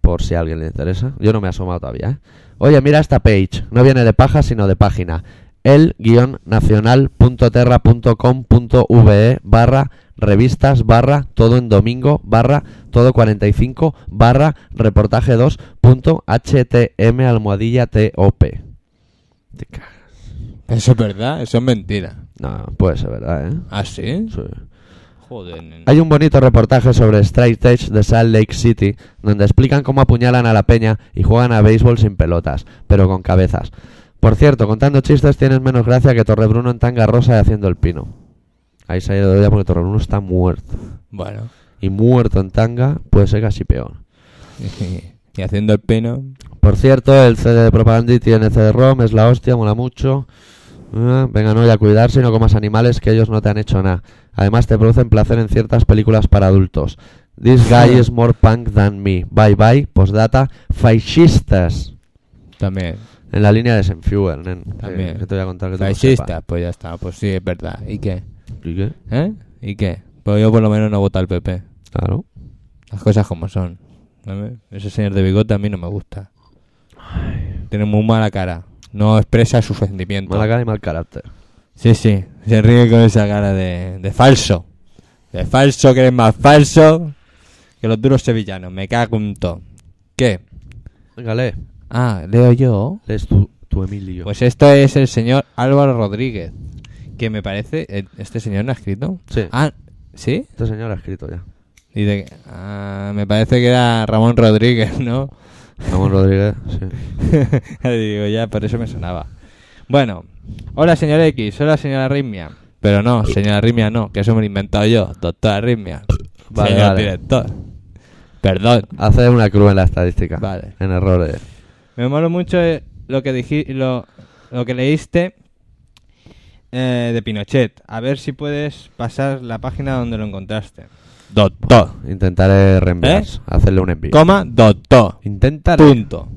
por si a alguien le interesa. Yo no me he asomado todavía, ¿eh? Oye, mira esta page. No viene de paja, sino de página. El-nacional.terra.com.ve E barra revistas barra todo en domingo barra todo 45 barra reportaje 2.htm almohadilla top. Te ca-
Eso es verdad, eso es mentira.
No, puede ser verdad, ¿eh?
¿Ah, sí?
Sí.
Joder. nene.
Hay un bonito reportaje sobre Strike Edge de Salt Lake City, donde explican cómo apuñalan a la peña y juegan a béisbol sin pelotas, pero con cabezas. Por cierto, contando chistes tienes menos gracia que Torrebruno en tanga rosa y haciendo el pino. Ahí se ha ido de olla porque Torrebruno está muerto.
Bueno.
Y muerto en tanga puede ser casi peor.
y haciendo el pino.
Por cierto, el CD de Propagandhi tiene CD-ROM, es la hostia, mola mucho. Ah, venga, no voy a cuidarse y no comas animales que ellos no te han hecho nada. Además, te producen placer en ciertas películas para adultos. This guy is more punk than me. Bye bye, postdata, fascistas.
También.
En la línea de Senfuel, nen.
También.
Eh, que te voy a contar que tú no
Fascista,
sepas.
pues ya está. Pues sí, es verdad. ¿Y qué?
¿Y qué?
¿Eh? ¿Y qué? Pues yo por lo menos no voto al PP.
Claro.
Las cosas como son. ¿vale? Ese señor de bigote a mí no me gusta. Tiene muy mala cara. No expresa sus sentimientos.
Mala cara y mal carácter.
Sí, sí. Se ríe con esa cara de, de falso. De falso que eres más falso que los duros sevillanos. Me cago en todo. ¿Qué?
Venga, lee.
Ah, leo yo.
Lees tu, tu Emilio.
Pues esto es el señor Álvaro Rodríguez. Que me parece... eh, ¿Este señor no ha escrito?
Sí.
Ah, ¿sí?
Este señor ha escrito ya.
Dice que- ah, me parece que era Ramón Rodríguez, ¿no?
Ramón Rodríguez, sí.
Digo, ya, por eso me sonaba. Bueno, hola señora X, hola señora Arritmia. Pero no, señora Arritmia no, que eso me lo he inventado yo, doctor Arritmia.
Vale,
señor
vale.
director. Perdón.
Hace una cruz en la estadística.
Vale.
En errores.
Me moló mucho eh, lo que dijiste, lo, lo que leíste eh, de Pinochet. A ver si puedes pasar la página donde lo encontraste. Doctor.
Intentaré reenviar,
¿Eh?
hacerle un envío.
Coma, doctor.
Intentaré.
Punto.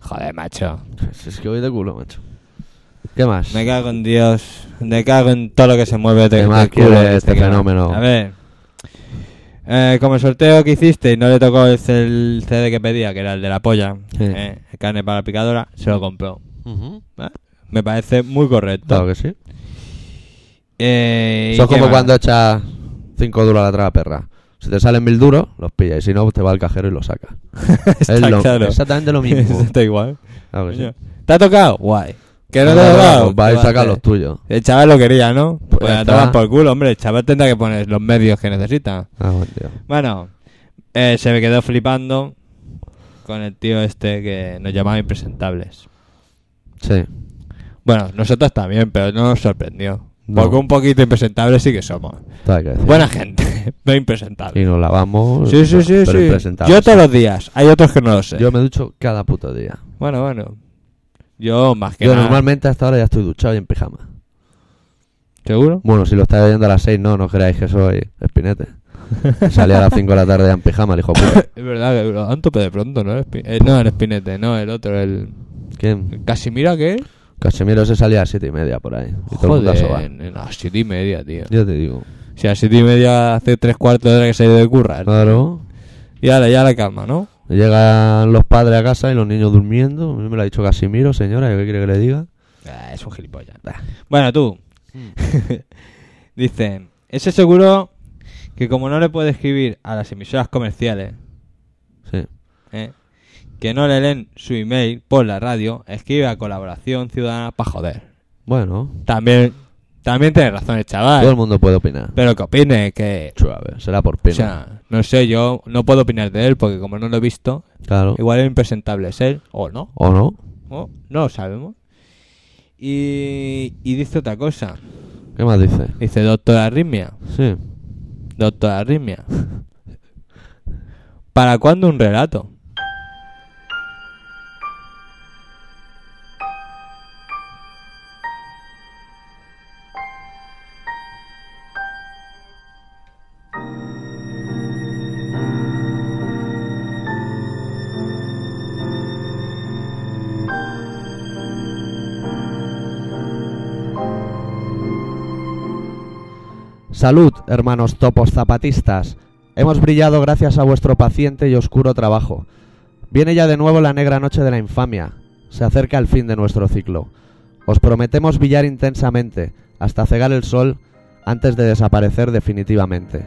Joder, macho.
Es que voy de culo, macho. ¿Qué más?
Me cago en Dios. Me cago en todo lo que se mueve.
¿Qué
del
más
culo
quiere
de
este
que va.
fenómeno?
A ver. Eh, como el sorteo que hiciste y no le tocó el, C- el CD que pedía, que era el de la polla,
Sí.
eh, carne para la picadora, se lo compró.
Ujú.
¿Eh? Me parece muy correcto.
Claro que sí.
Eh, ¿y
Eso es
qué
como
más?
cuando echas 5 duros a la traga perra. Si te salen mil duros, los pillas. Y si no, te va al cajero y los sacas.
Está
es lo-
claro.
exactamente lo mismo.
Está igual.
Claro que sí.
Coño. ¿Te ha tocado? Guay. ¿Que no
Ah,
te ha
claro,
tocado?
Vas
¿Qué
y
va a
sacas
hacer?
los tuyos.
El chaval lo quería, ¿no?
Pues
Pues, a
ya
tomar
está.
por culo, hombre. El chaval tendrá que poner los medios que necesita.
Ah, buen tío.
Bueno, eh, se me quedó flipando con el tío este que nos llamaba impresentables.
Sí.
Bueno, nosotros también, pero no nos sorprendió.
No.
Porque un poquito impresentables sí que somos.
Todo hay que decir.
Buena gente, no
Y
impresentables.
nos lavamos.
Sí, sí, sí,
pues, pero
sí.
impresentables.
Yo todos los días, hay otros que no lo sé.
Yo me ducho cada puto día.
Bueno, bueno. Yo más que
Yo
nada.
normalmente hasta ahora ya estoy duchado y en pijama.
¿Seguro?
Bueno, si lo estáis oyendo a las 6, no, no creáis que soy espinete. Salí a las 5 de la tarde en pijama, el hijo puta.
Es verdad que lo dan tope de pronto, ¿no? El Espi- eh, no, el Spinete, no, el otro, el...
¿Quién?
el Casimira, ¿qué?
Casimiro se salía a las 7 y media por ahí. Y todo el mundo a sobar.
Joder, a las siete y media, tío.
Yo te digo.
Si a las siete y media hace tres cuartos de hora que se ha ido de currar.
Claro.
Y ahora ya la calma, ¿no?
Llegan los padres a casa y los niños durmiendo. A mí me lo ha dicho Casimiro, señora, ¿qué quiere que le diga?
Ah, es un gilipollas. Mm. Bueno, tú. Dice, ese seguro que como no le puede escribir a las emisoras comerciales,
Sí.
¿eh? que no le leen su email por la radio, escribe a colaboración ciudadana para joder.
Bueno,
También También tienes razón el
Todo el
chaval.
mundo puede opinar.
Ah, eh. Pero que opine, que...
Suave, será por
O
pena.
sea, no sé, yo no puedo opinar de él porque como no lo he visto,
claro.
igual es impresentable es él o no.
¿O no?
o no lo sabemos. Y, y dice otra cosa.
¿Qué más dice?
Dice, doctor arritmia.
Sí.
Doctor Arritmia. ¿Para cuándo un relato?
Salud, hermanos topos zapatistas. Hemos brillado gracias a vuestro paciente y oscuro trabajo. Viene ya de nuevo la negra noche de la infamia. Se acerca el fin de nuestro ciclo. Os prometemos brillar intensamente, hasta cegar el sol, antes de desaparecer definitivamente.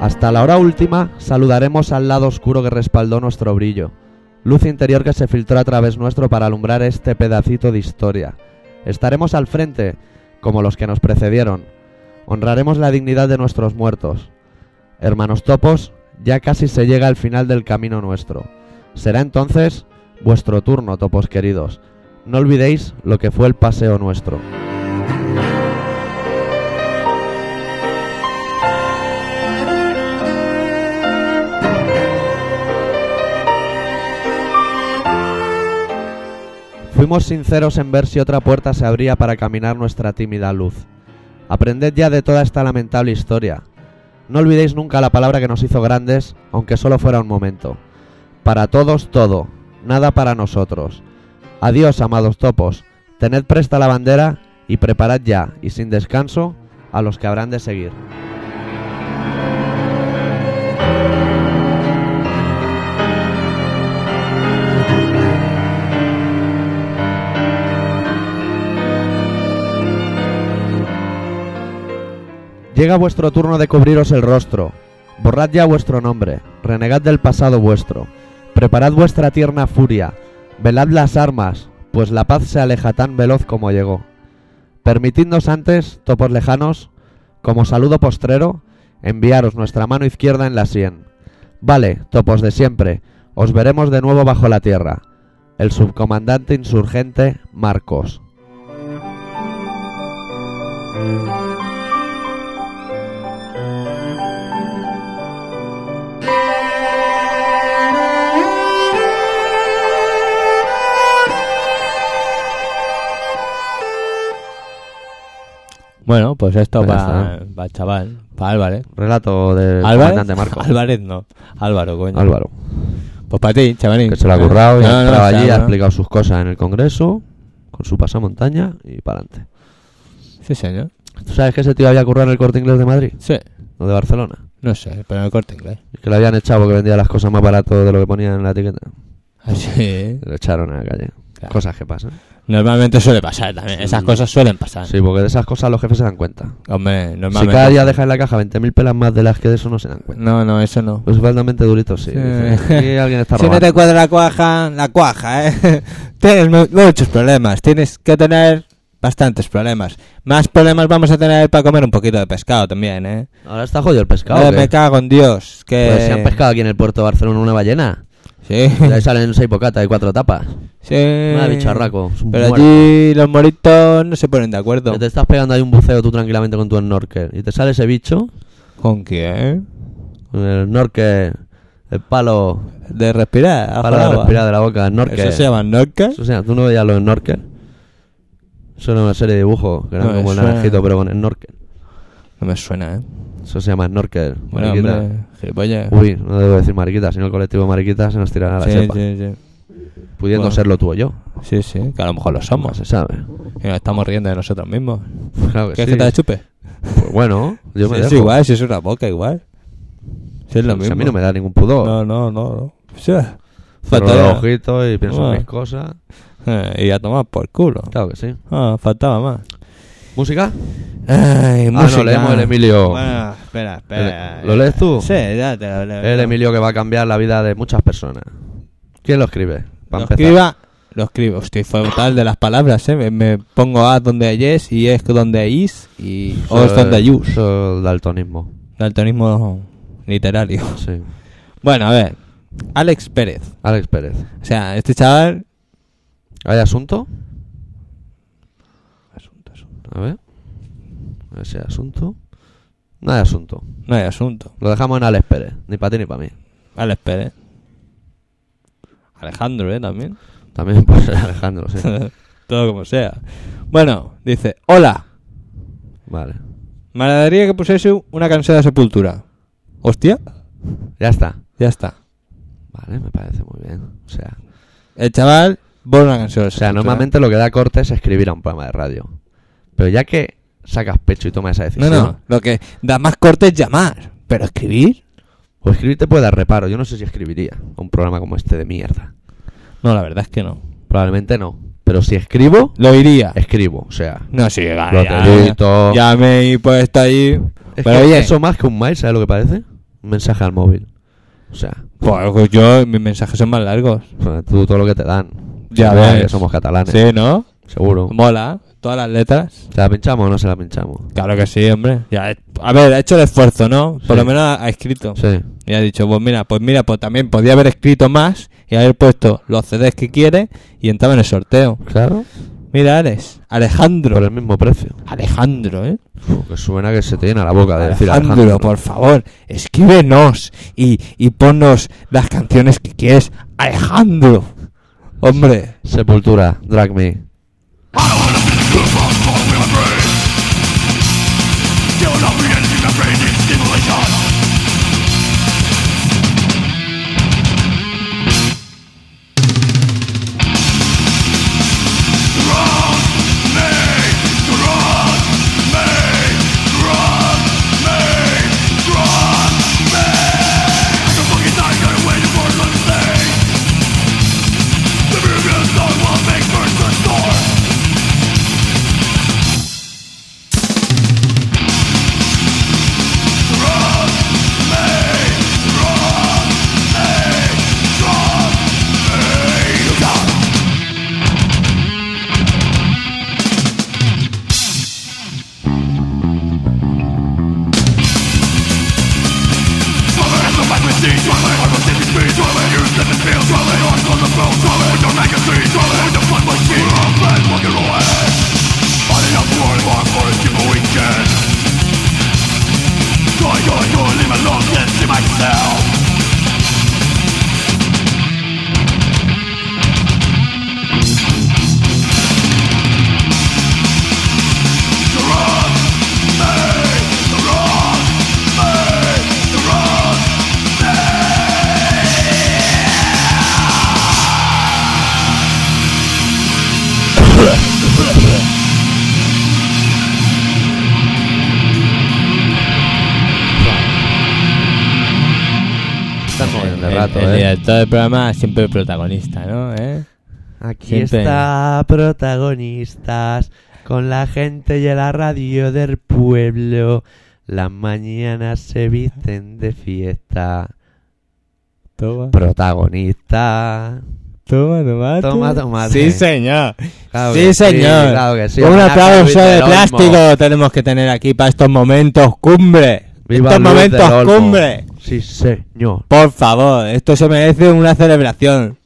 Hasta la hora última saludaremos al lado oscuro que respaldó nuestro brillo. Luz interior que se filtró a través nuestro para alumbrar este pedacito de historia. Estaremos al frente, como los que nos precedieron. Honraremos la dignidad de nuestros muertos. Hermanos topos, ya casi se llega al final del camino nuestro. Será entonces vuestro turno, topos queridos. No olvidéis lo que fue el paseo nuestro. Fuimos sinceros en ver si otra puerta se abría para caminar nuestra tímida luz. Aprended ya de toda esta lamentable historia. No olvidéis nunca la palabra que nos hizo grandes, aunque solo fuera un momento. Para todos todo, nada para nosotros. Adiós, amados topos. Tened presta la bandera y preparad ya, y sin descanso, a los que habrán de seguir. Llega vuestro turno de cubriros el rostro. Borrad ya vuestro nombre, renegad del pasado vuestro. Preparad vuestra tierna furia, velad las armas, pues la paz se aleja tan veloz como llegó. Permitidnos antes, topos lejanos, como saludo postrero, enviaros nuestra mano izquierda en la sien. Vale, topos de siempre, os veremos de nuevo bajo la tierra. El subcomandante insurgente Marcos.
Bueno, pues esto
Pues ya
para el chaval, para Álvarez.
Relato del comandante
Álvarez,
Marcos.
Álvarez no, Álvaro, coño.
Álvaro.
Pues para ti, chavalín.
Que se lo ha currado y
No,
ha
no,
entrado
o sea,
allí, ha
no.
explicado sus cosas en el Congreso, con su pasamontaña y para adelante.
Sí, señor.
¿Tú sabes que ese tío había currado en el corte inglés de Madrid?
Sí,
¿O de Barcelona?
no sé, pero en el corte inglés.
Es que lo habían echado porque vendía las cosas más baratas de lo que ponían en la etiqueta.
Así, ¿eh?
Y Lo echaron a la calle.
Claro.
Cosas que pasan.
Normalmente suele pasar también. Esas cosas suelen pasar.
Sí, porque de esas cosas los jefes se dan cuenta.
Hombre,
Si
normalmente.
cada día dejas en la caja 20.000 pelas más de las que de eso no se dan cuenta. Pues
No, no, eso no.
Los faltamente duritos, sí. Dicen, "Aquí alguien está
si no
robando.
te cuadra la cuaja, la cuaja, ¿eh? Tienes mu- muchos problemas. Tienes que tener bastantes problemas. Más problemas vamos a tener para comer un poquito de pescado también, ¿eh?
Ahora está jodido el pescado.
Eh,
¿o qué?
me cago en Dios. Que...
Pues se han pescado aquí en el puerto de Barcelona una ballena.
Sí.
Y ahí salen seis bocatas y cuatro tapas.
sí.
Nada, bicharraco, es un
Pero
muerto.
allí los moritos no se ponen de acuerdo.
Que te estás pegando ahí un buceo tú tranquilamente con tu snorkel y te sale ese bicho
¿Con quién?
con el snorkel, el palo,
De respirar. abajo
palo
del
de
agua.
respirar de la boca, snorkel.
Eso se llama ¿eh? norca.
Eso se llama- tú no veías los snorkel. Eso era una serie de dibujos que eran
No,
como el
eso era-
naranjito pero con snorkel.
No me suena, ¿eh?
Eso se llama snorkel.
Bueno,
mariquita.
hombre, gilipollas.
Uy, no debo decir mariquita, sino el colectivo de mariquita se nos tirará a la
sí,
chepa.
sí, sí.
Pudiendo
Bueno.
serlo tú o yo.
Sí, sí, que a lo mejor lo
No
somos.
se sabe.
Y nos estamos riendo de nosotros mismos.
Claro que
¿Quieres
sí.
que te la chupe?
Pues bueno, yo me
Sí, es
dejo. Pues
igual, si es una boca, igual. Si es lo
Si
mismo.
a mí no me da ningún pudor.
No, no, no. no. O sea,
Cierro
fatal.
los ojitos y pienso
Ah.
en mis cosas.
Eh, y a tomar por culo.
Claro que sí.
Ah, faltaba más.
¿Música?
Ay,
Ah, no, leemos el Emilio.
Bueno, espera, espera.
¿Lo lees tú?
Sí, ya te lo leo.
El Emilio que va a cambiar la vida de muchas personas. ¿Quién lo escribe? Pa'
Lo
empezar.
escriba. Lo escribo, estoy fue brutal de las palabras, ¿eh? Me, me pongo a donde yes y es donde is y
Eso
os donde
es-
yus.
eso es el daltonismo.
Daltonismo literario.
Sí.
Bueno, a ver. Alex Pérez.
Alex Pérez.
O sea, este chaval
¿Hay asunto? A ver. Ese asunto. No hay asunto.
no hay asunto.
Lo dejamos en Alex Pérez. Ni para ti ni para mí.
Alex Pérez. Alejandro, ¿eh? También.
También puede ser Alejandro, sí.
Todo como sea. Bueno, dice, hola.
Vale.
Me agradaría que pusiese una canción de sepultura. Hostia,
Ya está.
ya está.
Vale, me parece muy bien. O sea,
El chaval pone una canción de
o sea
sepultura.
normalmente lo que da corte es escribir a un programa de radio. Pero ya que sacas pecho y tomas esa
No,
decisión.
no. Lo que da más corte es llamar. Pero escribir.
O escribir te puede dar reparo. Yo no sé si escribiría a un programa como este de mierda.
No, la verdad es que no.
Probablemente no. Pero si escribo,
Lo iría.
escribo. O sea,
No, sí, va,
Los
ya,
delitos.
Ya me he puesto ahí.
es
Pero
que
oye,
eso más que un mail, ¿sabes lo que parece? Un mensaje al móvil. O sea,
pues yo, mis mensajes son más largos.
tú todo lo que te dan.
Ya
Sabes que
ves.
Somos catalanes,
Sí, ¿no?
seguro.
Mola, todas las letras.
¿Se la pinchamos o no se la pinchamos?
Claro que sí, hombre. Ya, eh, a ver, ha hecho el esfuerzo, ¿no? Por
Sí.
lo menos ha, ha escrito.
Sí.
Y ha dicho, pues mira, pues mira, pues también podía haber escrito más y haber puesto los CDs que quiere y entraba en el sorteo.
Claro.
Mira, Alex.
Por
Alejandro.
el mismo precio.
Alejandro, ¿eh?
Uf, que suena que se te llena la boca de decir
Alejandro,
Alejandro.
por favor, escríbenos y, y ponnos las canciones que quieres. Alejandro. Hombre.
Sepultura, Drag Me.
niin
Están moviendo el rato,
el
eh.
director del programa es siempre el protagonista, ¿no? ¿Eh?
Aquí
Siempre.
está protagonistas con la gente y la radio del pueblo. Las mañanas se visten de fiesta.
Toma,
Protagonista.
toma tomate.
Toma tomate.
Sí, señor.
Claro
sí,
que sí,
señor.
claro que sí.
Un
Homenaje a Luis
aplauso de
del Olmo.
plástico tenemos que tener aquí para estos momentos cumbre.
Viva
estos
Luis
momentos
del Olmo.
cumbre.
Sí, señor.
Por favor, esto se merece una celebración.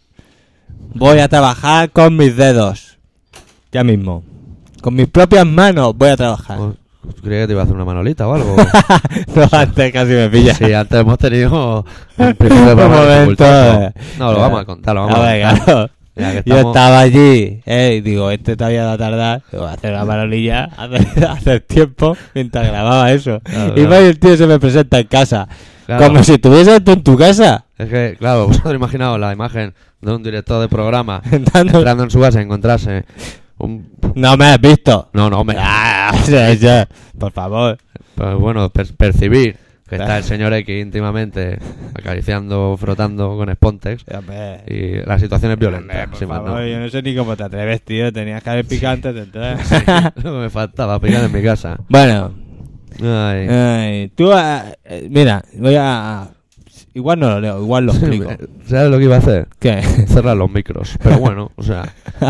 Voy a trabajar con mis dedos. Ya mismo. Con mis propias manos voy a trabajar.
Oh, Creía que te iba a hacer una manolita o algo.
no, antes casi me pilla.
Sí, antes hemos tenido un
Un
primer programa de
momento. eh.
sepultura. No, lo vamos a contar, lo vamos
Ah,
a
venga,
contar.
no.
Ya que
Yo
estamos-
estaba allí, eh, y digo, este todavía va a tardar, voy a
Mm.
hacer la manolilla, hacer, hacer tiempo mientras grababa eso.
Claro,
y
claro.
vaya el tío se me presenta en casa,
Claro.
como si estuviese tú en tu casa,
Es que, claro, vosotros imaginaos la imagen de un director de programa
entrando.
entrando en su casa y encontrarse un...
No me has visto.
No, no, me...
Ah, o sea, ya, por favor.
Pues bueno, per- percibir que está
Ah.
el señor X íntimamente acariciando, frotando con Spontex
Hombre,
y la situación es violenta.
hombre, por
sin más,
favor,
no.
yo no sé ni cómo te atreves, tío, tenías que haber picado antes de entrar.
me faltaba pillar en mi casa.
bueno,
Ay.
Ay, tú, ah, eh, mira, voy a... Igual no lo leo, igual lo explico.
¿Sabes lo que iba a hacer?
¿Qué?
Cerrar los micros. Pero bueno, o sea,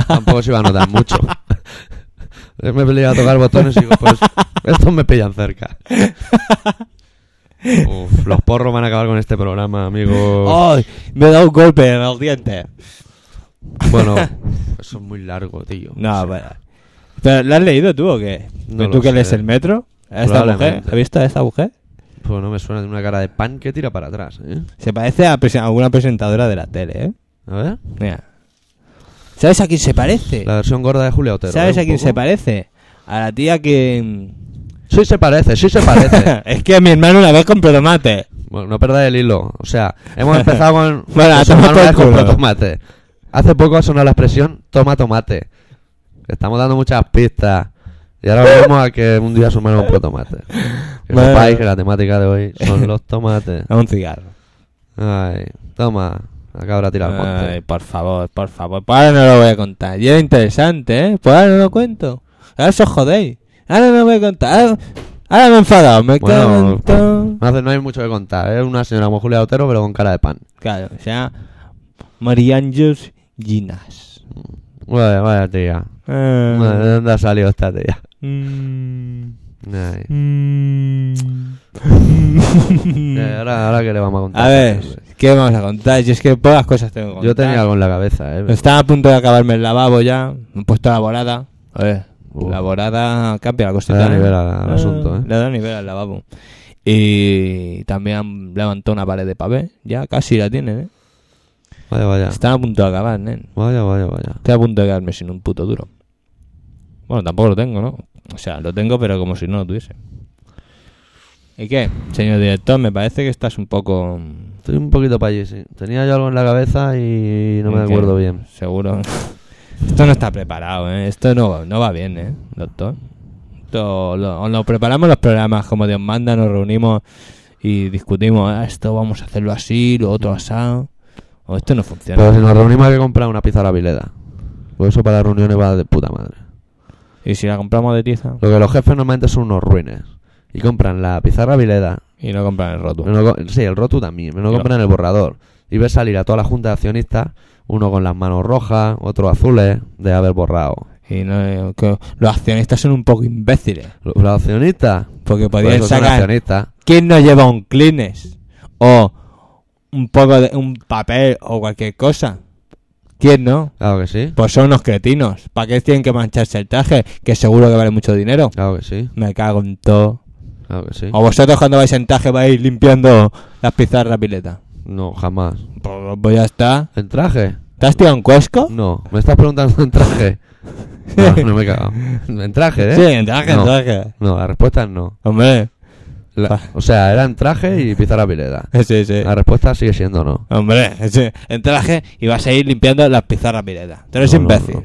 tampoco se iba a notar mucho. Me peleé a tocar botones y digo, pues estos me pillan cerca. Uf, los porros van a acabar con este programa, amigo.
Ay, me he dado un golpe en el diente.
Bueno, eso es muy largo, tío.
No, bueno. ¿Pero lo has leído tú o qué?
No
¿Tú
lo
que
sé.
lees el metro? ¿A esta mujer?
Probablemente.
¿Has visto a esta mujer?
Pues no me suena de una cara de pan que tira para atrás, ¿eh?
Se parece a, presen- a alguna presentadora de la tele, ¿eh?
A ver.
Mira. ¿Sabes a quién se parece?
La versión gorda de Julia Otero.
¿Sabes
¿eh?
a
Un
quién
poco.
se parece? A la tía que...
Sí se parece, sí se parece.
es que mi hermano una vez compró tomate.
bueno, no perdáis el hilo. O sea, hemos empezado con...
Bueno, a
con su
tomar
hermano
por
que compró
culo.
tomate. Hace poco ha sonado la expresión toma tomate. Estamos dando muchas pistas. Y ahora volvemos a que un día su hermano compró tomate. Que
Bueno.
sepáis que la temática de hoy son los tomates.
A un cigarro.
Ay, toma. Acabra de tirar al monte.
Ay, por favor, por favor. Pues ahora no lo voy a contar. Y era interesante, ¿eh? Pues ahora no lo cuento. Ahora se os jodéis. Ahora no lo voy a contar. Ahora, ahora me he enfadado. Me cago en
Bueno, pues
todo.
no, hace- no hay mucho que contar. Es una señora como Julia Otero, pero con cara de pan.
Claro, o sea, Mariangels Ginas.
Vaya, vaya tía.
Eh,
Madre, ¿De dónde ha salido esta tía?
mm,
Ay.
mm.
Eh, ahora, ahora que le vamos a contar.
A ver, ¿qué vamos a contar? Yo es que pocas cosas tengo que contar.
Yo tenía algo en la cabeza, eh.
Estaba a punto de acabarme el lavabo ya. Me he puesto la volada. A ver,
Uh.
la volada cambia la cosita.
Le da
¿eh?
nivel al- al
Ah,
asunto, ¿eh?
Le da nivel al lavabo. Y también levantó una pared de pavé. Ya casi la tienen, ¿eh?
Vaya, vaya.
Están a punto de acabar, nen.
Vaya, vaya, vaya.
Estoy a punto de quedarme sin un puto duro. Bueno, tampoco lo tengo, ¿no? O sea, lo tengo, pero como si no lo tuviese. ¿Y qué? Señor director, me parece que estás un poco...
Estoy un poquito para allí, sí. Tenía yo algo en la cabeza y no me
¿En qué?
acuerdo bien.
¿eh? Seguro. Esto no está preparado, ¿eh? Esto no, va- no va bien, ¿eh, doctor? Esto lo, lo preparamos los programas como Dios manda, nos reunimos y discutimos, "Ah, esto vamos a hacerlo así, lo otro asado. O esto no funciona.
Pero si nos reunimos hay que comprar una pizarra vileda. Por eso para reuniones va de puta madre.
¿Y si la compramos de tiza?
Lo que los jefes normalmente son unos ruines. Y compran la pizarra vileda.
Y no compran el roto.
Me lo co- sí, el rotu también. Me lo
Claro.
compran el borrador. Y ves salir a toda la junta de accionistas, uno con las manos rojas, otro azules, de haber borrado.
Y no, eh, que los accionistas son un poco imbéciles.
Lo- Los accionistas.
Porque
por
podían
eso son
sacar.
accionistas.
¿Quién no lleva un clines? O un poco de un papel o cualquier cosa. ¿Quién no?
Claro que sí.
Pues son unos cretinos. ¿Para qué tienen que mancharse el traje? Que seguro que vale mucho dinero.
Claro que sí.
Me cago en todo.
Claro que sí.
O vosotros cuando vais en traje vais limpiando las pizarras pileta.
No, jamás.
Pues, pues ya está.
¿En traje?
¿Te has tirado un cuesco?
No. ¿Me estás preguntando en traje? No, no me he cagado. ¿En traje, eh?
Sí, en traje,
No.
en traje.
No, la respuesta es no.
Hombre.
La-
Pa.
o sea, era en traje y pizarra vileda.
Sí, sí.
La respuesta sigue siendo no.
Hombre, ese- en traje y vas a ir limpiando las pizarras piletas. Tú eres
No, no,
imbécil.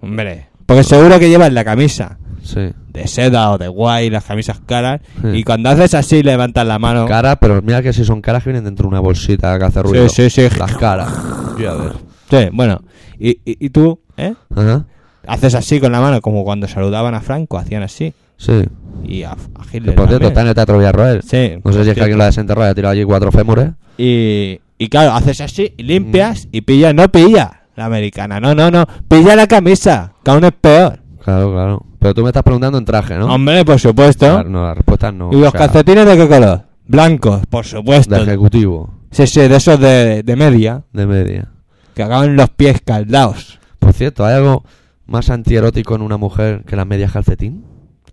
Hombre. Porque seguro que llevas la camisa
Sí.
de seda o de guay, las camisas caras.
Sí.
Y cuando haces así, levantas la mano.
Caras, pero mira que si son caras que vienen dentro de una bolsita que hace ruido.
sí, sí.
Las caras. Ya ves.
Sí, bueno. Y, y- y tú, ¿eh?
Ajá.
Haces así con la mano, como cuando saludaban a Franco, hacían así.
Sí.
Y a, a
Que
Hitler.
por
también.
cierto, está en el Teatro Villarroel.
Sí,
No sé si es
cierto.
que alguien lo ha desenterrado y ha tirado allí cuatro fémures.
Y, y claro, haces así, y
Mm.
limpias y pilla, no pilla la americana. No, no, no. Pilla la camisa, que aún es peor.
Claro, claro. Pero tú me estás preguntando en traje, ¿no?
Hombre, por supuesto.
La- no, la respuesta es no.
¿Y los
O sea,
calcetines de qué color? Blancos, por
De
supuesto.
ejecutivo,
Sí, sí, de esos de, de media,
de media.
que acaban los pies caldados.
Por cierto, ¿hay algo más antierótico en una mujer que las medias calcetín?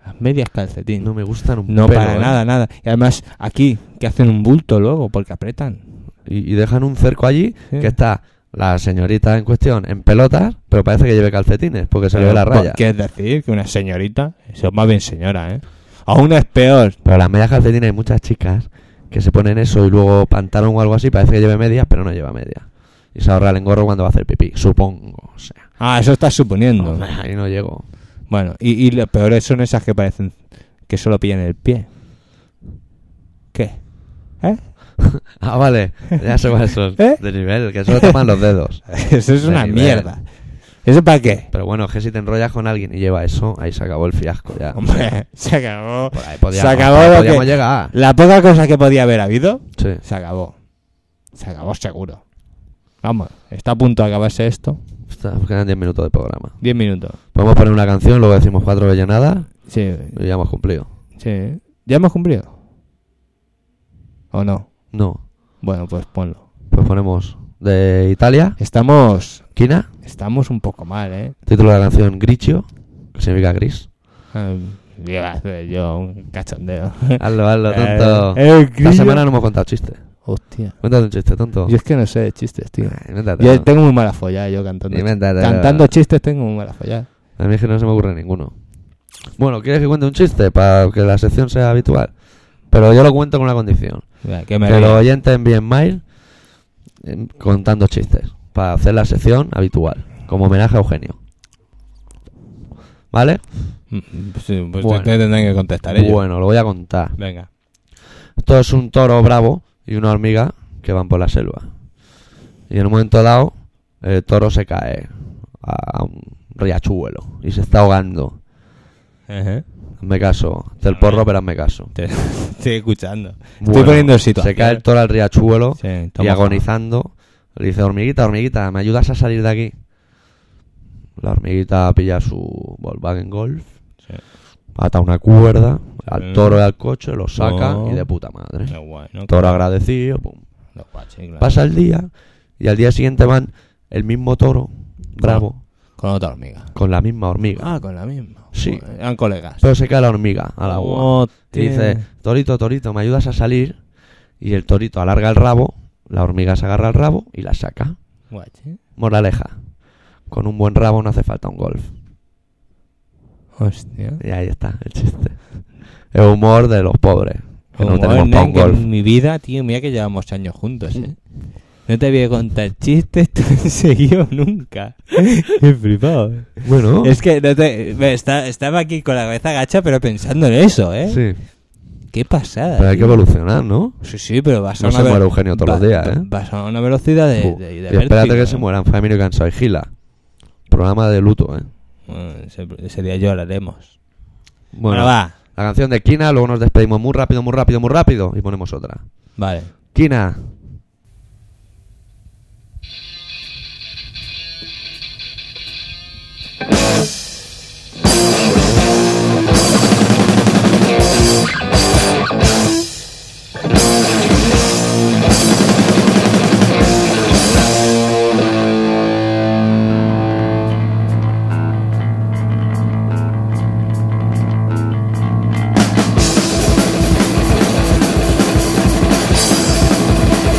Las medias calcetín.
No me gustan un
No,
pelo,
para
¿eh?
nada, nada. Y además, aquí, que hacen un bulto luego, porque apretan.
Y, y dejan un cerco allí
Sí.
que está la señorita en cuestión en pelotas, pero parece que lleve calcetines porque se le ve la
Pero,
raya.
¿Qué es decir? Que una señorita, eso es más bien señora, ¿eh? Aún es peor.
Pero las medias calcetines hay muchas chicas que se ponen eso y luego pantalón o algo así, parece que lleve medias, pero no lleva medias. Y se ahorra el engorro cuando va a hacer pipí, supongo. O sea,
Ah, eso estás suponiendo.
hombre, ahí no llego.
Bueno, y, y lo peor son esas que parecen que solo pillan el pie. ¿Qué? ¿Eh?
Ah, vale, ya se va eso
¿Eh?
de nivel, que solo toman los dedos.
Eso es
De
una
nivel.
mierda. ¿Eso para qué?
Pero bueno, es que si te enrollas con alguien y lleva eso, ahí se acabó el fiasco ya.
Hombre, se acabó.
Por Pues ahí podíamos,
se acabó
por ahí
lo
podíamos
que-
llegar.
La poca cosa que podía haber habido,
Sí.
se acabó. Se acabó seguro. Vamos, está a punto de acabarse esto.
Está- quedan 10 minutos de programa.
Diez minutos.
Podemos poner una canción, luego decimos cuatro bellonadas
Sí,
y ya hemos cumplido.
sí. ¿Ya hemos cumplido? ¿O no?
No.
Bueno, pues ponlo.
Pues ponemos de Italia,
Estamos,
Quina,
estamos un poco mal, ¿eh?
título de la canción Griccio, que significa gris.
Ah, Iba a hacer yo un cachondeo.
Hazlo, hazlo,
Eh,
tonto.
el grillo.
La semana no hemos contado chistes.
Hostia.
Cuéntate un chiste, tonto.
Yo es que no sé de chistes, tío.
Ah, invéntatelo.
Yo tengo muy mala follada yo cantando. chistes.
Invéntatelo.
Cantando chistes tengo muy mala follada.
A mí es que no se me ocurre ninguno. Bueno, ¿quieres que cuente un chiste para que la sección sea habitual? Pero yo lo cuento con una condición.
Mira, que me
Que los
río.
oyentes envíen mail eh, contando chistes para hacer la sección habitual, como homenaje a Eugenio. ¿Vale?
Mm, sí, pues
Bueno.
te- tendrán que contestar ellos.
Bueno, lo voy a contar.
Venga.
Esto es un toro bravo y una hormiga que van por la selva. Y en un momento dado, el toro se cae a un riachuelo y se está ahogando. Hazme caso, del porro, pero hazme caso.
Te- Estoy escuchando. Estoy
Bueno,
poniendo
Se
situación.
cae el toro al riachuelo
Sí,
y
toma.
agonizando le dice, hormiguita, hormiguita, ¿me ayudas a salir de aquí? La hormiguita pilla su Volkswagen Golf,
Sí.
ata una cuerda
Sí.
al toro y al coche, lo saca
No.
y de puta madre.
No, guay, ¿no?
Toro agradecido, pum.
No, guay, sí, claro.
Pasa el día y al día siguiente van el mismo toro, bravo,
Con otra hormiga.
con la misma hormiga.
Ah, con la misma.
Sí.
Joder, Eran colegas.
Pero se cae la hormiga
Oh,
al agua. Y
Hostia.
dice, Torito, Torito, ¿me ayudas a salir? Y el torito alarga el rabo, la hormiga se agarra el rabo y la saca.
Guay, sí.
Moraleja, con un buen rabo no hace falta un golf.
Hostia.
Y ahí está el chiste. El humor de los pobres. Que no
Como
tenemos
el
pa'
nen
un
que
golf. Mm.
en mi vida, tío, mira que llevamos años juntos, ¿eh? No te voy a contar chistes tan seguido nunca. He flipado. ¿eh?
Bueno,
Es que no te- me está- estaba aquí con la cabeza gacha, pero pensando en eso, ¿eh?
sí.
Qué pasada.
Pero hay que
tío.
evolucionar, ¿no?
Sí, sí, pero vas a
No
una
se
ve-
muere Eugenio todos los días, ¿eh?
Vas a una velocidad de,
Fu.
de- de
y espérate
vértigo,
que se
¿eh?
mueran Family Cansado y Gila. Programa de luto, ¿eh?
Bueno, ese, ese día lloraremos.
Bueno,
Ahora va.
la canción de Kina, luego nos despedimos muy rápido, muy rápido, muy rápido y ponemos otra.
Vale.
Kina,
Quiero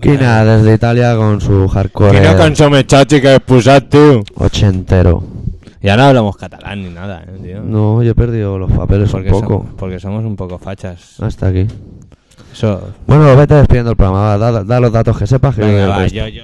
Kina, desde Italia con su hardcore
Que no consome chachi que expulsar, tío.
ochentero.
Ya no hablamos catalán ni nada, eh, tío.
No, yo he perdido los papeles
porque
un poco. Ah.
Somos, porque somos un poco fachas.
Hasta aquí.
Eso.
Bueno, vete despidiendo el programa. va, Da, da los datos que sepas. Que yo
Venga,
doy el
va,
resto.
yo, yo.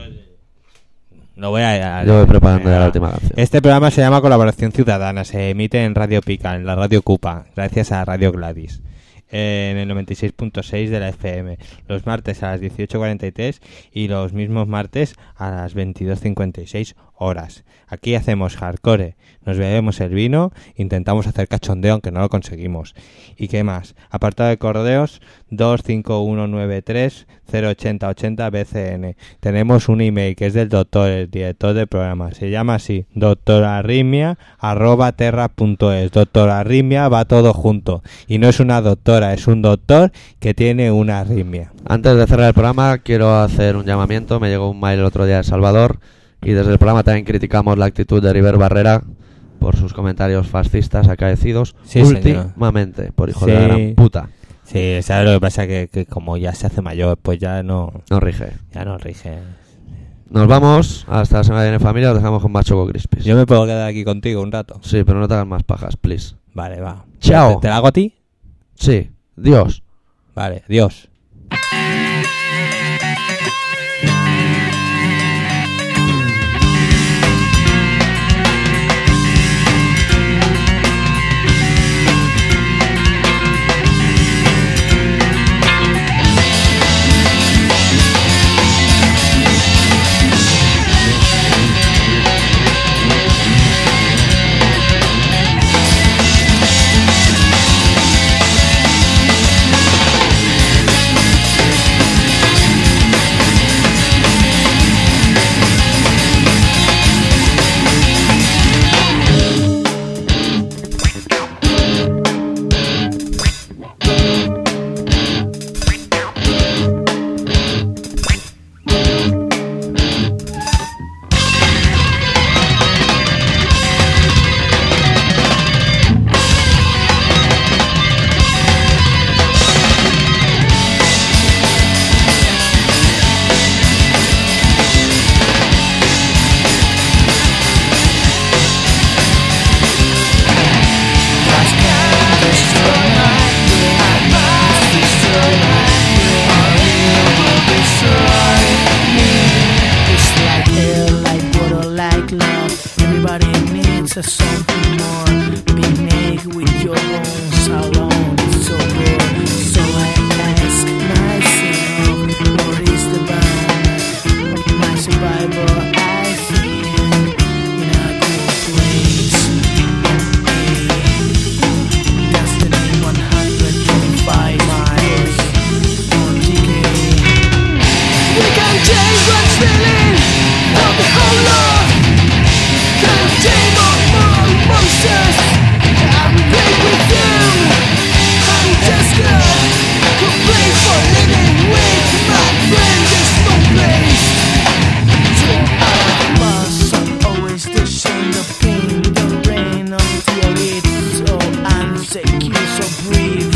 Lo voy a.
Yo voy preparando ya la
Venga.
última canción.
Este programa se llama Colaboración Ciudadana, se emite en Radio Pica, en la Radio Cupa, gracias a Radio Gladys, eh, en el 96.6 de la FM, los martes a las 18.43 y los mismos martes a las 22.56 horas. Aquí hacemos hardcore, nos bebemos el vino, intentamos hacer cachondeo aunque no lo conseguimos. ¿Y qué más? Apartado de correos 25193 08080 BCN. Tenemos un email que es del doctor, el director del programa. Se llama así, doctorarritmia.terra.es. Doctorarritmia va todo junto. Y no es una doctora, es un doctor que tiene una arritmia.
Antes de cerrar el programa, quiero hacer un llamamiento. Me llegó un mail el otro día de Salvador y desde el programa también criticamos la actitud de River Barrera por sus comentarios fascistas acaecidos
Sí, señor.
últimamente, por hijo de
Sí.
la gran puta.
Sí, ¿sabes lo que pasa? Que, que como ya se hace mayor, pues ya no,
No rige.
ya no rige.
Nos vamos hasta la semana que viene, familia. Os dejamos con más Choco Crispis.
Yo me puedo quedar aquí contigo un rato.
Sí, pero no te hagas más pajas, please.
Vale, va.
Chao.
¿Te, te la hago a ti?
Sí, Dios.
Vale, Dios.
It's like air, like water, like love. Everybody needs a something more. Being naked with your bones alone is so good. So I ask myself, what is the bound of my survival? I feel in a good place. Destiny 125 miles on decay. We can change what's feeling of the whole lot Can tame our moral monsters And play with them I'm just good To play for living with my friend There's no place To our must always the shame of pain The rain of theory So unsafe, you so breathe